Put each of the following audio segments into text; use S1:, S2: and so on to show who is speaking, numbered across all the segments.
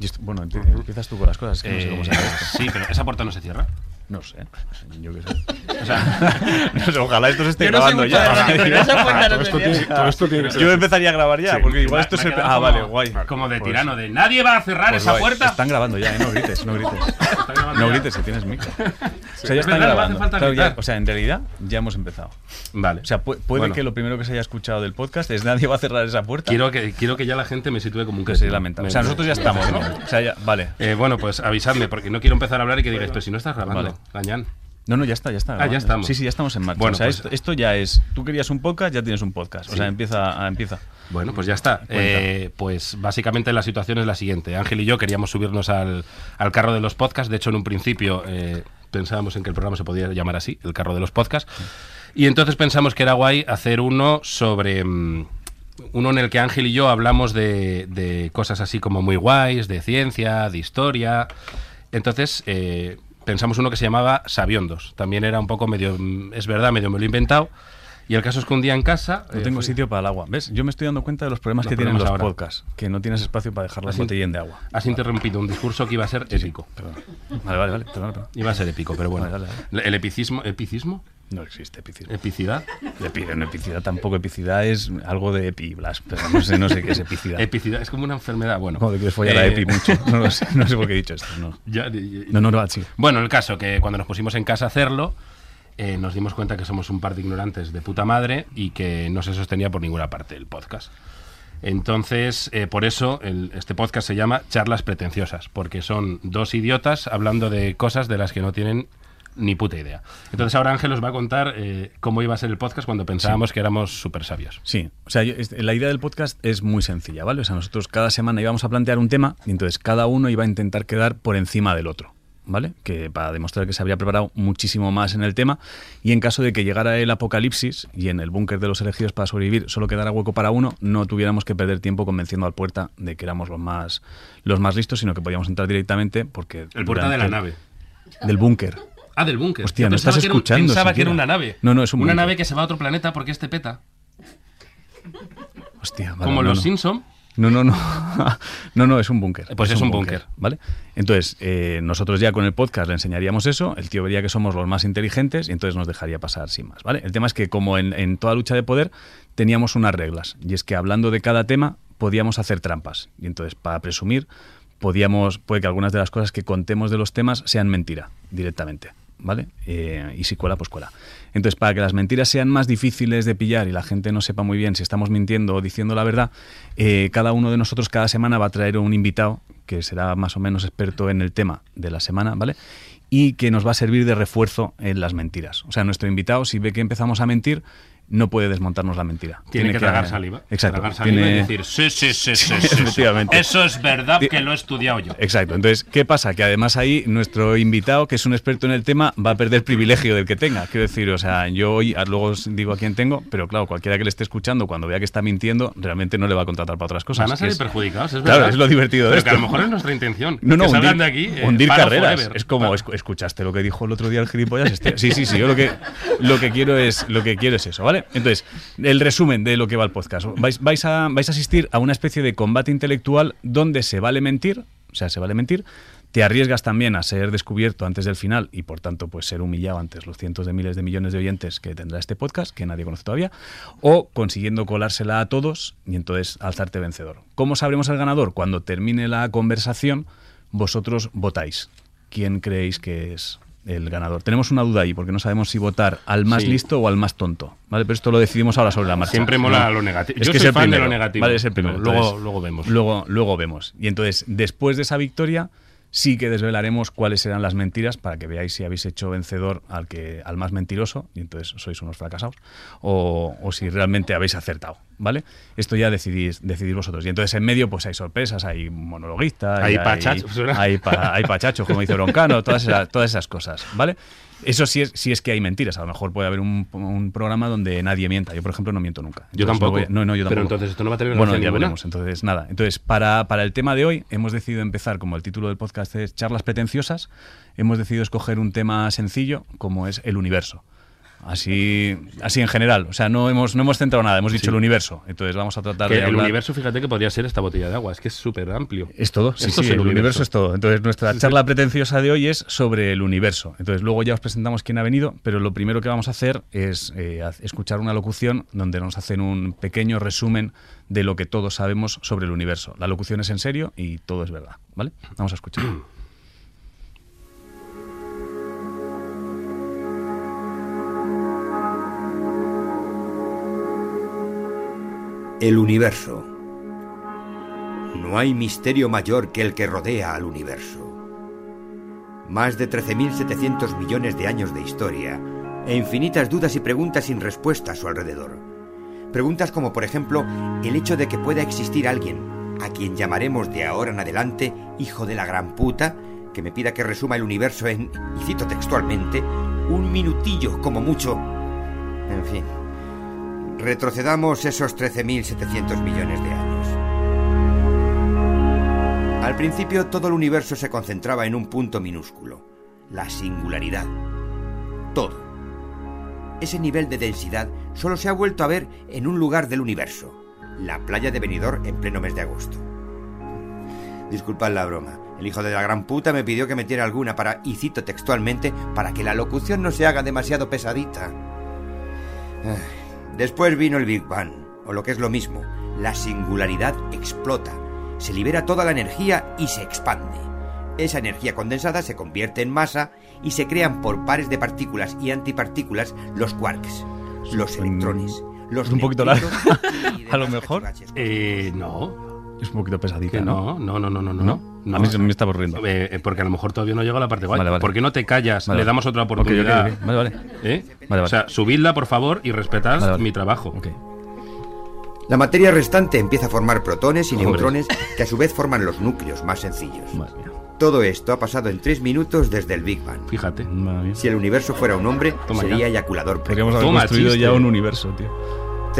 S1: Y esto- bueno, empie- empiezas tú con las cosas, es que no sé cómo se
S2: Eh,
S1: hace esto.
S2: sí, pero esa puerta no se cierra.
S1: No sé, yo qué sé.
S2: O sea,
S1: No sé, ojalá esto se esté
S3: Yo no soy
S1: grabando
S3: mucho de
S1: ya.
S3: radio, pero esa cuenta no
S1: Todo
S3: se
S1: esto tiene-
S3: cierra.
S1: todo esto tiene-
S2: Sí.
S1: Yo empezaría a grabar ya,
S2: sí,
S1: porque igual
S2: me-
S1: esto
S2: me
S1: se...
S2: ha quedado
S1: Ah,
S2: como-
S1: vale, guay.
S2: Como de
S1: Pues-
S2: tirano, de nadie va a cerrar
S1: pues
S2: esa
S1: guay.
S2: puerta.
S1: Están grabando ya, ¿eh? no grites, no grites.
S2: Está grabando
S1: No
S2: ya.
S1: grites, si tienes micro. O sea, ya
S2: Es
S1: están
S2: verdad, no hace
S1: grabando.
S2: falta
S1: Claro, ya-
S2: gritar.
S1: o sea, en realidad ya hemos empezado.
S2: Vale.
S1: O sea, pu- puede
S2: Bueno.
S1: que lo primero que se haya escuchado del podcast es nadie va a cerrar esa puerta.
S2: Quiero que, quiero que ya la gente me sitúe como un
S1: que
S2: cretino.
S1: se lamenta.
S2: Me-
S1: O sea, nosotros ya estamos, ¿no?
S2: Eh,
S1: O sea, ya, vale.
S2: bueno, pues avisadme, porque no quiero empezar a hablar y que digáis, pero si no estás grabando,
S1: Vale.
S2: Gañán.
S1: No, no, ya está, ya está.
S2: Ah, ya estamos.
S1: Sí, sí, ya estamos en marcha.
S2: Bueno,
S1: o sea,
S2: pues-
S1: esto, esto ya es. Tú querías un podcast, ya tienes un podcast. O sea,
S2: Sí.
S1: empieza. a- empieza.
S2: Bueno, pues ya está. Eh, pues básicamente la situación es la siguiente. Ángel y yo queríamos subirnos al, al carro de los podcasts. De hecho, en un principio eh, pensábamos en que el programa se podía llamar así, el carro de los podcasts. Y entonces pensamos que era guay hacer uno sobre... mm, uno en el que Ángel y yo hablamos de, de cosas así como muy guays, de ciencia, de historia. Entonces eh, pensamos uno que se llamaba Sabiondos. También era un poco medio, mm, es verdad, medio me lo he inventado. Y el caso es que un día en casa...
S1: No
S2: eh,
S1: tengo
S2: fui-
S1: sitio para el agua. ¿Ves? Yo me estoy dando cuenta de los problemas
S2: Los
S1: que tienen los
S2: problemas ahora.
S1: podcasts. Que no tienes espacio para dejar las
S2: Así-
S1: botellín de agua.
S2: Has interrumpido un discurso que iba a ser épico.
S1: Perdón. Vale, vale, vale. Perdón, perdón.
S2: Iba a ser épico, pero bueno.
S1: Vale, dale,
S2: El epicismo, epicismo,
S1: No existe
S2: Eh.
S1: epicidad.
S2: epicidad,
S1: epicidad tampoco. Epicidad es algo de epi, Blas. Pero no sé, no sé qué es epicidad.
S2: epicidad es como una enfermedad, bueno.
S1: Como que quieres follar a
S2: Eh,
S1: epi mucho. No lo sé, no sé por qué he dicho esto. No,
S2: ya- ya- ya-
S1: no, no, no sí.
S2: Bueno, el caso que cuando nos pusimos en casa a hacerlo, eh, nos dimos cuenta que somos un par de ignorantes de puta madre y que no se sostenía por ninguna parte el podcast. Entonces, eh, por eso el- este podcast se llama Charlas Pretenciosas, porque son dos idiotas hablando de cosas de las que no tienen ni puta idea. Entonces ahora Ángel os va a contar eh, cómo iba a ser el podcast cuando pensábamos que éramos súper sabios.
S1: Sí, o sea, yo- este, la idea del podcast es muy sencilla, ¿vale? O sea, nosotros cada semana íbamos a plantear un tema y entonces cada uno iba a intentar quedar por encima del otro, ¿vale? Que para demostrar que se había preparado muchísimo más en el tema y en caso de que llegara el apocalipsis y en el búnker de los elegidos para sobrevivir solo quedara hueco para uno, no tuviéramos que perder tiempo convenciendo al puerta de que éramos los más, los más listos, sino que podíamos entrar directamente porque...
S2: El puerta de la
S1: durante-
S2: nave.
S1: Del búnker.
S2: Ah, del búnker.
S1: Hostia,
S2: Yo
S1: no
S2: pensaba
S1: estás
S2: que era un-
S1: escuchando
S2: Pensaba que
S1: siquiera.
S2: era una nave.
S1: No, no, es un
S2: Una
S1: búnker.
S2: nave que se va a otro planeta porque este peta.
S1: Hostia, vale,
S2: como
S1: no,
S2: los
S1: no.
S2: Simpson.
S1: No, no, no. No, no, es un búnker.
S2: Pues es un búnker.
S1: ¿Vale? Entonces, eh, nosotros ya con el podcast le enseñaríamos eso, el tío vería que somos los más inteligentes y entonces nos dejaría pasar sin más, ¿vale? El tema es que, como en, en toda lucha de poder, teníamos unas reglas y es que hablando de cada tema podíamos hacer trampas y entonces, para presumir, podíamos, puede que algunas de las cosas que contemos de los temas sean mentira directamente. ¿Vale? Eh, y si cuela, pues cuela. Entonces, para que las mentiras sean más difíciles de pillar y la gente no sepa muy bien si estamos mintiendo o diciendo la verdad, eh, cada uno de nosotros cada semana va a traer un invitado que será más o menos experto en el tema de la semana, ¿vale? Y que nos va a servir de refuerzo en las mentiras. O sea, nuestro invitado, si ve que empezamos a mentir, no puede desmontarnos la mentira.
S2: Tiene, que, tragar saliva.
S1: Exacto.
S2: Tragar saliva
S1: Tiene-
S2: y decir, sí, sí, sí, sí, sí, sí.
S1: efectivamente. Pues
S2: Eso es verdad
S1: Ti-
S2: que lo he estudiado yo.
S1: Exacto. Entonces, ¿qué pasa? Que además ahí nuestro invitado, que es un experto en el tema, va a perder privilegio del que tenga. Quiero decir, o sea, yo hoy, ah, luego os digo a quién tengo, pero claro, cualquiera que le esté escuchando, cuando vea que está mintiendo, realmente no le va a contratar para otras cosas.
S2: Van a
S1: que
S2: salir
S1: es-
S2: perjudicados, es
S1: Claro,
S2: verdad.
S1: es lo divertido de
S2: Pero
S1: esto.
S2: que a lo mejor es nuestra intención.
S1: No, no,
S2: que
S1: hundir,
S2: salgan de aquí. eh,
S1: hundir
S2: paro
S1: carreras.
S2: forever.
S1: Es como,
S2: Paro.
S1: escu- escuchaste lo que dijo el otro día el gilipollas este. Sí, sí, sí, yo lo que, lo que, quiero, es, lo que quiero es eso, ¿vale? Entonces, el resumen de lo que va el podcast. Vais, vais, a, vais a asistir a una especie de combate intelectual donde se vale mentir, o sea, se vale mentir, te arriesgas también a ser descubierto antes del final y por tanto pues ser humillado antes los cientos de miles de millones de oyentes que tendrá este podcast que nadie conoce todavía o consiguiendo colársela a todos y entonces alzarte vencedor. ¿Cómo sabremos al ganador? Cuando termine la conversación vosotros votáis. ¿Quién creéis que es el ganador? Tenemos una duda ahí porque no sabemos si votar al más
S2: Sí.
S1: listo o al más tonto, ¿vale? Pero esto lo decidimos ahora sobre la marcha.
S2: Siempre mola lo negativo. Yo
S1: es
S2: soy
S1: el
S2: fan de
S1: primero,
S2: lo negativo.
S1: Vale, es el primero.
S2: Luego-
S1: Entonces,
S2: luego vemos.
S1: Luego, luego vemos. Y entonces, después de esa victoria, sí que desvelaremos cuáles serán las mentiras para que veáis si habéis hecho vencedor al, que, al más mentiroso, y entonces sois unos fracasados, o, o si realmente habéis acertado. ¿Vale? Esto ya decidís, decidís vosotros. Y entonces en medio pues hay sorpresas, hay monologuistas,
S2: Hay
S1: y
S2: pachachos, pues, ¿verdad?
S1: hay, pa- hay pachachos, como dice Broncano, todas esas, todas esas cosas, ¿vale? Eso sí es, sí es que hay mentiras. A lo mejor puede haber un, un programa donde nadie mienta. Yo, por ejemplo, no miento nunca.
S2: Yo
S1: Entonces, no
S2: tampoco.
S1: voy a- No, no, yo
S2: Pero
S1: tampoco.
S2: entonces esto no va a tener
S1: Bueno, ya
S2: gracia ninguna.
S1: veremos. Entonces, nada. Entonces, para, para el tema de hoy, hemos decidido empezar, como el título del podcast es Charlas Pretenciosas, hemos decidido escoger un tema sencillo, como es el universo. Así, así en general. O sea, no hemos, no hemos centrado nada, hemos dicho el universo. Entonces vamos a tratar
S2: Que
S1: de.
S2: el
S1: hablar-
S2: universo, fíjate que podría ser esta botella de agua, es que es súper amplio.
S1: Es todo, sí,
S2: Esto
S1: sí,
S2: es el
S1: el universo.
S2: universo
S1: es todo. Entonces, nuestra
S2: Sí, sí.
S1: charla pretenciosa de hoy es sobre el universo. Entonces, luego ya os presentamos quién ha venido, pero lo primero que vamos a hacer es eh, haz- escuchar una locución donde nos hacen un pequeño resumen de lo que todos sabemos sobre el universo. La locución es en serio y todo es verdad, ¿vale? Vamos a escuchar.
S3: El universo. No hay misterio mayor que el que rodea al universo. Más de 13.700 millones de años de historia e infinitas dudas y preguntas sin respuesta a su alrededor. Preguntas como, por ejemplo, el hecho de que pueda existir alguien a quien llamaremos de ahora en adelante hijo de la gran puta que me pida que resuma el universo en, y cito textualmente, un minutillo como mucho. En fin. Retrocedamos esos 13.700 millones de años. Al principio todo el universo se concentraba en un punto minúsculo, la singularidad. Todo. Ese nivel de densidad solo se ha vuelto a ver en un lugar del universo, la playa de Benidorm en pleno mes de agosto. Disculpad la broma. El hijo de la gran puta me pidió que metiera alguna para, y cito textualmente, para que la locución no se haga demasiado pesadita. Ah, Después vino el Big Bang, o lo que es lo mismo, la singularidad explota, se libera toda la energía y se expande. Esa energía condensada se convierte en masa y se crean por pares de partículas y antipartículas los quarks, los
S1: Mm,
S3: electrones, los
S1: es un poquito largo.
S3: neutrinos y
S1: A lo
S3: demás
S1: mejor.
S3: cachivaches.
S2: Eh, no,
S1: Es un poquito pesadita,
S2: que no, no, no, no, no, no. no.
S1: A mí se me está aburriendo.
S2: Eh, eh, porque a lo mejor todavía no llega la parte guay.
S1: Vale, vale.
S2: ¿Por qué no te callas?
S1: Vale,
S2: Le
S1: vale.
S2: damos otra
S1: Ok, ok, ok.
S2: oportunidad.
S1: Vale, vale.
S2: ¿Eh?
S1: vale.
S2: O sea, subidla, por favor, y respetad
S1: Vale, vale.
S2: mi trabajo.
S1: Ok.
S3: La materia restante empieza a formar protones y
S2: Hombre.
S3: neutrones que a su vez forman los núcleos más sencillos.
S1: Madre mía.
S3: Todo esto ha pasado en tres minutos desde el Big Bang.
S2: Fíjate.
S1: Madre mía.
S3: Si el universo fuera un hombre,
S2: Toma ya.
S3: sería eyaculador precoz.
S1: Podríamos haber
S2: Toma,
S1: construido
S2: chiste.
S1: ya un universo, tío.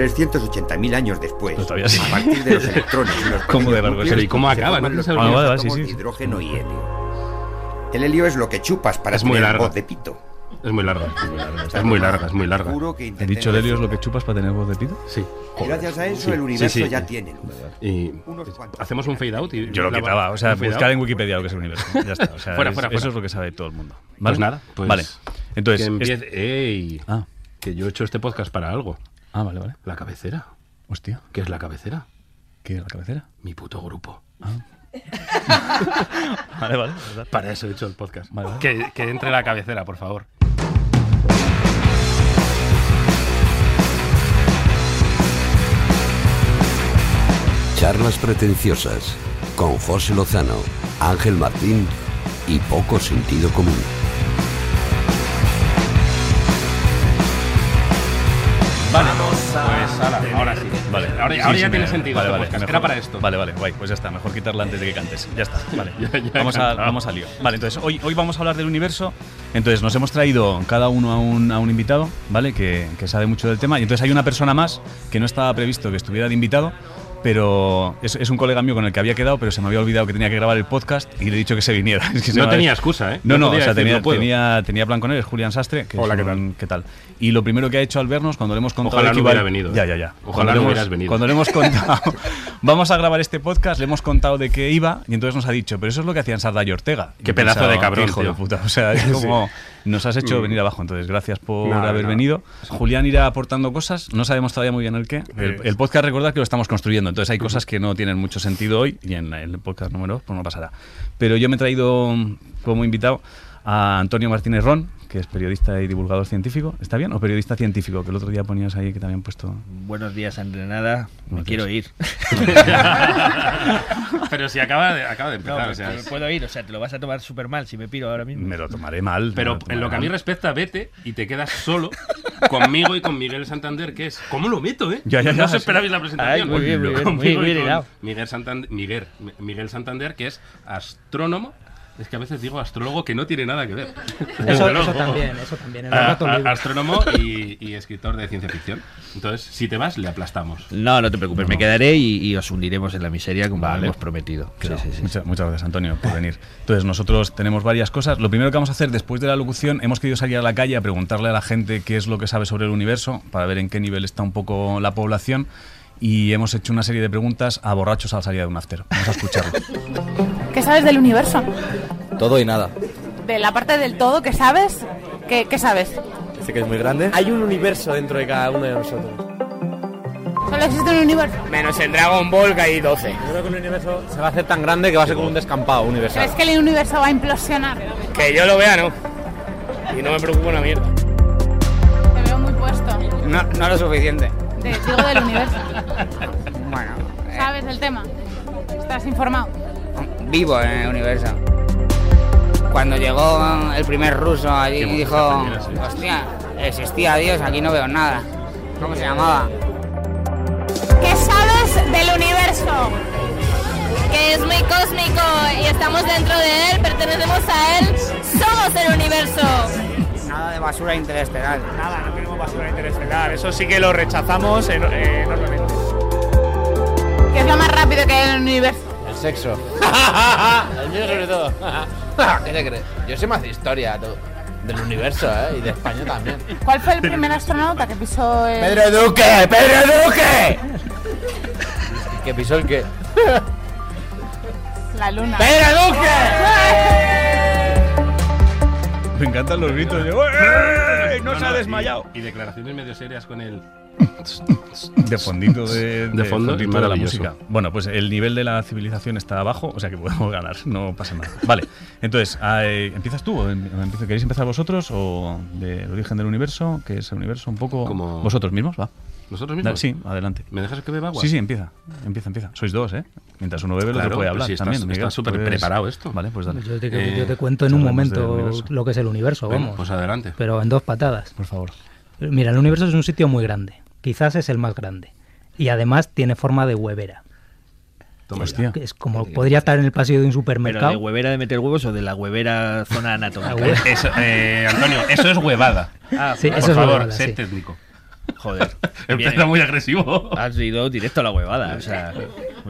S3: 380.000 años después,
S1: Pues todavía sí.
S3: a partir de los electrones y los
S1: ¿Cómo de
S3: pequeños
S1: largo es?
S3: núcleos,
S1: Pero ¿y
S2: cómo
S3: se
S2: acaba?
S3: forman
S2: No
S3: los
S2: quiero
S1: saber. Ah, vale, vale,
S3: átomos
S1: sí,
S3: de
S1: sí.
S3: hidrógeno y helio. El helio es lo que chupas para
S2: Es muy
S3: tener
S2: largo.
S3: voz de pito.
S2: Es muy larga. es muy larga, Es muy larga, es muy larga.
S3: Juro que
S1: ¿He
S3: intenté
S1: dicho
S3: no
S1: Lelio es lo que
S3: decirlo.
S1: chupas para tener voz de pito?
S2: Sí.
S3: Gracias a eso
S2: Sí,
S3: el
S2: sí,
S3: universo
S2: sí.
S3: ya tiene luz.
S2: Y
S3: Unos cuantos-
S2: hacemos un fade out y
S1: Yo lo
S2: la-
S1: quitaba, o sea,
S2: un fade
S1: buscar
S2: out.
S1: en Wikipedia lo que es el universo. Ya está, o sea,
S2: Fuera,
S1: es-
S2: fuera, fuera.
S1: Eso es lo que sabe todo el mundo. ¿Vale?
S2: Pues nada, pues-
S1: Vale.
S2: que
S1: Entonces. es-
S2: empiece- ¡Ey!
S1: Ah,
S2: Que yo he hecho este podcast para algo.
S1: ah, vale, vale.
S2: La cabecera.
S1: Hostia,
S2: ¿Qué es la cabecera?
S1: ¿qué es la cabecera?
S2: Mi puto grupo.
S1: Vale, vale. verdad.
S2: Para eso he hecho el podcast.
S1: Vale, vale.
S2: Que, que entre la cabecera, por favor.
S4: Charlas pretenciosas con José Lozano, Ángel Martín y poco sentido común.
S2: Vale. Pues ala, ahora sí.
S1: Vale.
S2: Ahora,
S1: Sí,
S2: ahora
S1: sí,
S2: ya
S1: me-
S2: tiene sentido
S1: Vale,
S2: este
S1: vale.
S2: podcast.
S1: mejor.
S2: Era para esto.
S1: Vale, vale, guay. Pues ya está, mejor quitarla antes de que cantes. Ya está, vale.
S2: Ya- ya he
S1: vamos, a,
S2: cantado.
S1: vamos al lío. Vale, entonces hoy, hoy vamos a hablar del universo. Entonces nos hemos traído cada uno a un, a un invitado, ¿vale? Que, que sabe mucho del tema. Y entonces hay una persona más que no estaba previsto que estuviera de invitado. Pero es, es un colega mío con el que había quedado, pero se me había olvidado que tenía que grabar el podcast y le he dicho que se viniera. Es que se
S2: No
S1: me había-
S2: tenía excusa, ¿eh?
S1: No, no,
S2: podía
S1: o sea,
S2: decir,
S1: tenía,
S2: no puedo.
S1: tenía, tenía plan con él, es Julián Sastre. que
S2: Hola,
S1: es
S2: ¿qué tal?
S1: un- ¿qué tal? Y lo primero que ha hecho al vernos, cuando le hemos contado...
S2: Ojalá
S1: el
S2: no
S1: equival-
S2: hubiera venido, ¿eh?
S1: Ya, ya, ya.
S2: Ojalá
S1: Cuando le
S2: no
S1: hemos-
S2: hubieras venido.
S1: Cuando le hemos contado, vamos a grabar este podcast, le hemos contado de qué iba y entonces nos ha dicho, pero eso es lo que hacían Sarda y Ortega. Y
S2: Qué
S1: he
S2: pedazo
S1: pensado,
S2: de cabrón,
S1: Hijo de
S2: tío".
S1: puta, o sea, es como nos has
S2: Mm.
S1: hecho venir abajo. Entonces, gracias por
S2: Nada,
S1: haber
S2: nada.
S1: venido. Julián irá aportando cosas, no sabemos todavía muy bien el qué. El, el podcast, recordad que lo estamos construyendo, entonces hay cosas que no tienen mucho sentido hoy y en el podcast número 2 pues no pasará. Pero yo me he traído mm, como invitado a Antonio Martínez Ron, que es periodista y divulgador científico. ¿Está bien? ¿O periodista científico? Que el otro día ponías ahí que también han puesto...
S5: Buenos días, Andrenada. Me
S1: Buenos
S5: quiero ir.
S2: Pero si acaba de, acaba de
S5: No,
S2: empezar.
S5: me-
S2: o sea,
S5: me puedo ir, o sea, te lo vas a tomar súper mal si me piro ahora mismo.
S1: Me lo tomaré mal. me
S2: Pero
S1: tomaré
S2: en lo que a mí
S1: mal.
S2: respecta, vete y te quedas solo conmigo y con Miguel Santander, que es. ¿Cómo lo meto, eh?
S1: Ya, ya, ya,
S2: no os
S1: sí.
S2: esperabais la presentación.
S5: Ay, muy bien, muy bien,
S2: Conmigo
S5: muy bien
S2: y con
S5: hilado.
S2: Miguel Santander, Miguel, Miguel Santander, que es astrónomo Es que a veces digo astrólogo que no tiene nada que ver.
S6: Eso,
S2: Pero,
S6: eso
S2: ojo,
S6: también, eso también. En el
S2: a-
S6: rato
S2: a-
S6: libre.
S2: ah, astrónomo y, y escritor de ciencia ficción. Entonces, si te vas, le aplastamos.
S5: No, no te preocupes, me quedaré y, y os hundiremos en la miseria como
S2: Vale.
S5: hemos prometido.
S1: Claro.
S5: Sí, sí, sí.
S1: Muchas, muchas gracias, Antonio, por venir. Entonces, nosotros tenemos varias cosas. Lo primero que vamos a hacer después de la locución, hemos querido salir a la calle a preguntarle a la gente qué es lo que sabe sobre el universo, para ver en qué nivel está un poco la población. Y hemos hecho una serie de preguntas a borrachos a la salida de un after. Vamos a escucharlo.
S7: ¿Qué sabes del universo?
S8: Todo y nada.
S7: De la parte del todo que sabes, ¿qué, qué sabes?
S8: Dice que es muy grande.
S6: Hay un universo dentro de cada uno de nosotros.
S7: Solo existe un universo.
S9: Menos en Dragon Ball que hay 12.
S6: Yo creo que el universo se va a hacer tan grande que va a ser como un descampado universal.
S7: ¿Crees que el universo va a implosionar?
S9: Que yo lo vea, no. Y no me preocupa una mierda.
S7: Te veo muy puesto.
S9: No, no lo suficiente.
S7: Te digo del universo.
S9: Bueno,
S7: ¿Sabes el tema? ¿Estás informado?
S9: eh, vivo en el universo. Cuando llegó el primer ruso allí
S2: bonito
S9: dijo,
S2: primera, sí.
S9: hostia, existía Dios, aquí no veo nada. ¿Cómo se llamaba?
S7: ¿Qué sabes del universo? Que es muy cósmico y estamos dentro de él, pertenecemos a él, somos el universo.
S9: Nada de basura interestelar.
S10: Nada, no tenemos basura interestelar. Eso sí que lo rechazamos eno- eh, enormemente.
S7: ¿Qué es lo más rápido que hay en el universo?
S8: El sexo. el mío sobre todo. ¿Qué te crees? Yo sé más de historia, tú. Del universo, ¿eh? Y de España también.
S7: ¿Cuál fue el primer astronauta que pisó el...
S8: Duque! ¡Pedro Duque! ¿Qué pisó el qué?
S7: la luna?
S8: ¡Pedro Duque!
S1: Me encantan los gritos. yo, ¡eh! ¡No se ha
S2: y-
S1: desmayado!
S2: Y, declaraciones medio serias con el.
S1: De fondito de,
S2: De fondo,
S1: fondito de la
S2: maravilloso.
S1: música. Bueno, pues el nivel de la civilización está abajo, o sea que podemos ganar, no pasa nada. Vale, entonces, ah, eh, ¿empiezas tú? o em- o empiezo? ¿Queréis empezar vosotros o del origen del universo? Que es el universo un poco...
S2: Como-
S1: Vosotros mismos, va.
S2: ¿Nosotros
S1: Da-
S2: mismos?
S1: sí, adelante.
S2: ¿Me dejas que beba agua?
S1: Sí, sí, empieza. Empieza, empieza. Sois dos, ¿eh? Mientras uno bebe, el
S2: Claro,
S1: otro puede
S2: pero
S1: hablar
S2: sí, estás-
S1: también.
S2: está
S1: Miguel,
S2: súper
S1: puedes-
S2: preparado esto.
S1: Vale, pues dale.
S6: Yo te,
S2: Eh,
S6: yo te cuento en un
S1: charlemos del
S6: momento
S1: universo.
S6: lo que es el universo,
S2: Venga,
S6: vamos.
S2: pues adelante.
S6: pero en dos patadas.
S1: Por favor.
S6: Mira, el universo es un sitio muy grande. Quizás es el más grande. Y además tiene forma de huevera.
S2: Toma ya.
S1: Hostia.
S6: que es como podría estar en el pasillo de un
S5: ¿Pero de
S6: supermercado.
S5: huevera de meter huevos o de la huevera zona anatómica?
S6: La hue-
S2: Eso, eh, Antonio, eso es huevada.
S5: Ah,
S6: Sí,
S5: por
S6: eso
S2: Por
S6: es
S2: favor,
S6: huevada,
S2: sé
S6: sí.
S2: técnico.
S5: Joder. Bien.
S2: Empieza muy agresivo.
S6: Ah,
S5: Has ido directo a la huevada. O sea, muy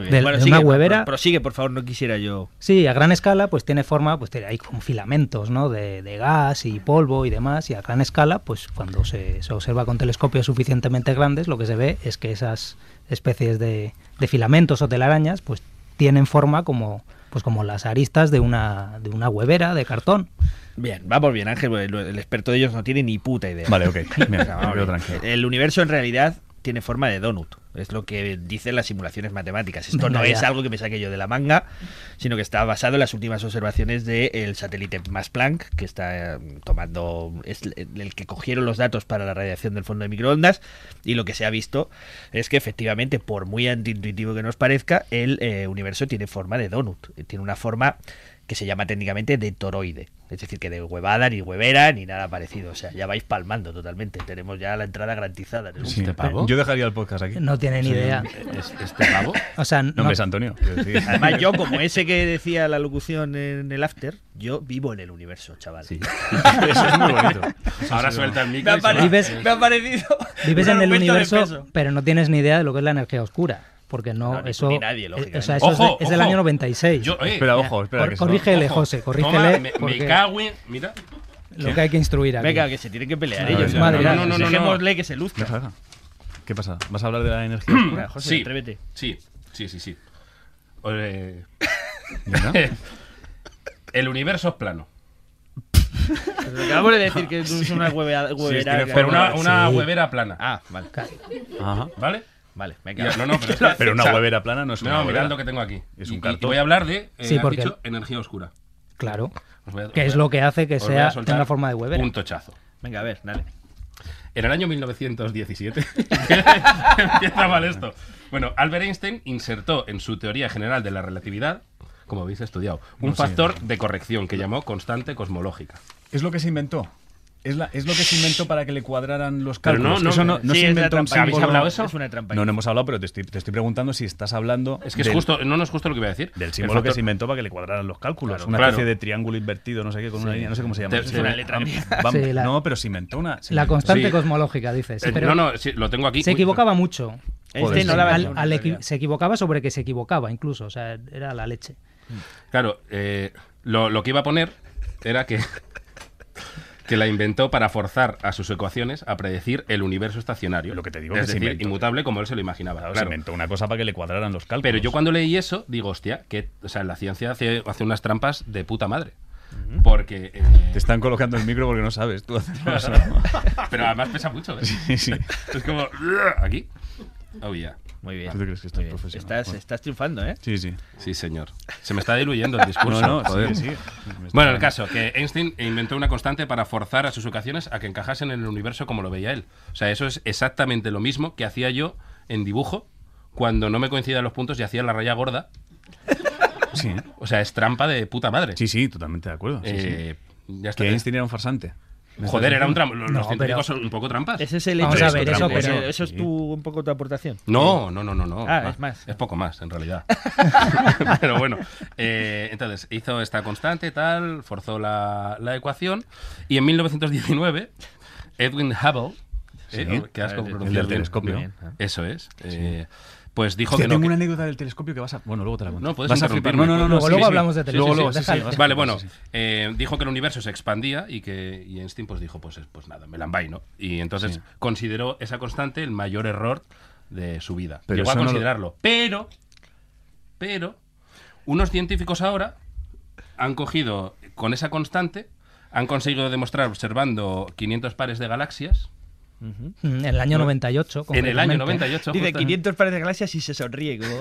S5: bien.
S6: De- de una huevera-
S5: pro- prosigue, por favor, no quisiera yo.
S6: Sí, a gran escala, pues tiene forma, pues tiene- hay como filamentos, ¿no? De, de gas y polvo y demás. Y a gran escala, pues cuando se, se observa con telescopios suficientemente grandes, lo que se ve es que esas especies de, de filamentos o telarañas, pues tienen forma como, pues como las aristas de una, de una huevera de cartón.
S5: Bien, vamos bien, Ángel, porque lo- el experto de ellos no tiene ni puta idea.
S1: Vale, ok.
S5: O
S1: Mira,
S5: sea,
S1: me quedo
S5: vamos bien.
S1: tranquilo.
S5: El universo en realidad tiene forma de donut. Es lo que dicen las simulaciones matemáticas. Esto
S6: Venga,
S5: no es
S6: ya.
S5: algo que me saque yo de la manga, sino que está basado en las últimas observaciones del satélite Max Planck, que está eh, tomando. es el el que cogieron los datos para la radiación del fondo de microondas. Y lo que se ha visto es que efectivamente, por muy antiintuitivo que nos parezca, el eh, universo tiene forma de donut. eh, Tiene una forma que se llama técnicamente de toroide. Es decir, que de huevada, ni huevera, ni nada parecido. O sea, ya vais palmando totalmente. Tenemos ya la entrada garantizada. en el
S1: Sí.
S2: ¿Este pavo?
S1: Yo dejaría el podcast aquí.
S6: No tienen idea.
S2: Es- ¿Este pavo?
S6: O sea, no-
S1: No, hombre, es Antonio. quiero decir.
S5: Además, yo, como ese que decía la locución en el after, yo vivo en el universo, chaval.
S1: Eso es muy bonito.
S2: Ahora suelta el micro. y se va.
S6: Vives-
S5: parecido.
S6: Vives
S5: un
S6: en el
S5: argumento de
S6: universo,
S5: peso.
S6: pero no tienes ni idea de lo que es la energía oscura. Porque no,
S5: No, ni-
S6: eso.
S5: ni nadie,
S6: eh,
S5: lógicamente.
S6: o sea, eso es,
S2: Ojo,
S6: de- es del
S2: ojo.
S6: año 96.
S2: Yo- oye,
S1: Espera, ojo, espera.
S6: Cor-
S1: que se-
S6: corrígele,
S2: ojo.
S6: José,
S2: Toma,
S6: corrígele.
S2: me, me
S6: porque
S2: cago en- Mira.
S6: lo que hay que instruir aquí.
S5: Venga, que se tienen que pelear
S1: No,
S5: ellos.
S1: no,
S5: Madre
S1: no,
S5: mía.
S1: no, no,
S2: no, no.
S5: Dejémosle que se luzca.
S1: Deja, deja. ¿Qué pasa? ¿Vas a hablar de la energía oscura?
S5: Venga, José,
S2: sí.
S5: atrévete.
S2: Sí, sí, sí, sí. Eh,
S1: ¿Verdad?
S2: el universo es plano.
S5: Acabamos de decir que es una huevea- huevera.
S1: tiene
S5: que-
S2: Pero una, una
S6: Sí.
S2: huevera plana.
S5: Ah, vale.
S1: Ajá.
S2: ¿Vale?
S5: Vale, venga.
S2: Ya, no, no, pero, es que-
S1: Pero una
S2: o sea,
S1: huevera plana no es una
S2: No, mirad
S1: huevera.
S2: lo que tengo aquí.
S1: Es
S2: Y-
S1: un
S2: y-
S1: cartón.
S2: Y voy a hablar de. eh,
S6: Sí,
S2: has
S6: porque-
S2: dicho energía oscura.
S6: Claro.
S2: Os voy a- os
S6: Que es
S2: voy a-
S6: lo que hace que
S2: os voy a
S6: sea
S2: soltar
S6: tenga forma de huevera.
S2: Un tochazo.
S5: Venga, a ver, dale.
S2: En el año 1917 empieza mal esto. Bueno, Albert Einstein insertó en su teoría general de la relatividad, como habéis estudiado, un
S1: No sé.
S2: factor de corrección que llamó constante cosmológica.
S1: ¿Es lo que se inventó? Es, la- es lo que se inventó para que le cuadraran los cálculos.
S2: no,
S1: Eso
S2: no.
S1: no, no
S5: Sí,
S1: se
S5: es una
S1: inventó un
S5: trampa. ¿Habéis
S1: símbolo-
S5: hablado eso? Es una trampa.
S1: No, no hemos hablado, pero te estoy, te estoy preguntando si estás hablando.
S2: Es que es
S1: del-
S2: justo, no, no es justo lo que iba a decir.
S1: Del
S2: El
S1: símbolo que
S2: factor-
S1: se inventó para que le cuadraran los cálculos.
S2: Claro,
S1: una
S2: claro.
S1: especie de triángulo invertido, no sé qué, con una línea, no sé cómo se llama.
S2: Te- te- una
S5: letra
S1: Vam-
S5: mía.
S1: vam-
S6: Sí, la-
S1: no, pero se inventó una. se
S6: La
S1: inventó-
S6: constante
S2: Sí.
S6: cosmológica, dices.
S2: Eh,
S6: pero
S2: no, no, sí, lo tengo aquí.
S6: se
S2: Uy,
S6: equivocaba mucho.
S1: Joder,
S5: Este no la
S1: sí.
S5: va a
S6: Al-
S5: hacer,
S6: al
S5: no,
S6: equi-
S5: todavía.
S6: se equivocaba sobre que se equivocaba incluso, o sea, era la leche.
S2: Claro, eh, lo, lo que iba a poner era que, que la inventó para forzar a sus ecuaciones a predecir el universo estacionario.
S1: Lo que te digo
S2: es
S1: que se
S2: decir,
S1: inventó.
S2: inmutable como él se lo imaginaba.
S1: Claro,
S2: claro.
S1: Se inventó una cosa para que le cuadraran los cálculos.
S2: Pero yo cuando leí eso, digo, hostia, que o sea, la ciencia hace, hace unas trampas de puta madre. Porque. eh,
S1: Te están colocando el micro porque no sabes tú hacerlo eso.
S2: pero además pesa mucho, ¿eh?
S1: Sí, sí.
S2: Es como. Aquí. Oh, ya.
S5: Muy bien.
S1: ¿Tú te crees que estás
S5: Muy bien.
S1: profesional?
S5: Estás,
S1: Bueno.
S5: estás triunfando, ¿eh?
S1: Sí, sí.
S2: Sí, señor. Se me está diluyendo el discurso.
S1: No, no,
S2: joder.
S1: sigue, sigue. Me está-
S2: Bueno, el caso, que Einstein inventó una constante para forzar a sus ocasiones a que encajasen en el universo como lo veía él. O sea, eso es exactamente lo mismo que hacía yo en dibujo cuando no me coincidían los puntos y hacía la raya gorda.
S1: Sí, ¿eh?
S2: O sea, es trampa de puta madre.
S1: sí, sí, totalmente de acuerdo. sí, sí.
S2: Eh, ya está.
S1: Que Einstein era un farsante. ¿Me
S2: Joder,
S1: estás
S2: era un
S1: diciendo?
S2: trampa. Los
S6: No,
S2: científicos
S6: pero-
S2: son un poco trampas.
S5: Ese es el
S6: Vamos
S5: hecho.
S6: a ver, eso,
S5: Ese-
S6: pero-
S5: eso es tu, un poco tu aportación.
S2: No, no, no, no, no.
S5: Ah, es más.
S2: Es poco más, en realidad. Pero bueno, eh, entonces hizo esta constante, tal, forzó la, la ecuación y en 1919 Edwin Hubble, eh,
S1: Sí.
S2: que has
S5: El del
S1: telescopio.
S2: eso es, ah. eh, pues dijo
S1: Hostia,
S2: que no.
S1: tengo
S2: que-
S1: una anécdota del telescopio que vas a. Bueno, luego te la cuento.
S2: No, puedes
S1: vas a flipar. No,
S2: interrumpirme.
S1: no, no. no,
S6: Luego-
S1: sí,
S6: luego
S1: sí.
S6: hablamos de televisión,
S1: Luego, luego,
S6: sí,
S1: sí, sí,
S6: déjalo.
S1: vas a
S2: Vale,
S1: flipar,
S2: bueno,
S1: sí, sí.
S2: eh, dijo que el universo se expandía y que y Einstein pues dijo, pues, es- pues nada, me lambay, ¿no? Y entonces consideró esa constante el mayor error de su vida.
S1: Pero
S2: Llegó a
S1: eso no lo-
S2: considerarlo. Pero, pero, unos científicos ahora han cogido con esa constante, han conseguido demostrar observando 500 pares de galaxias
S6: Mm, En el año 98.
S2: en el
S6: concretamente.
S2: año 98.
S5: Dice
S2: justamente.
S5: 500 pares de galaxias y se sonríe como,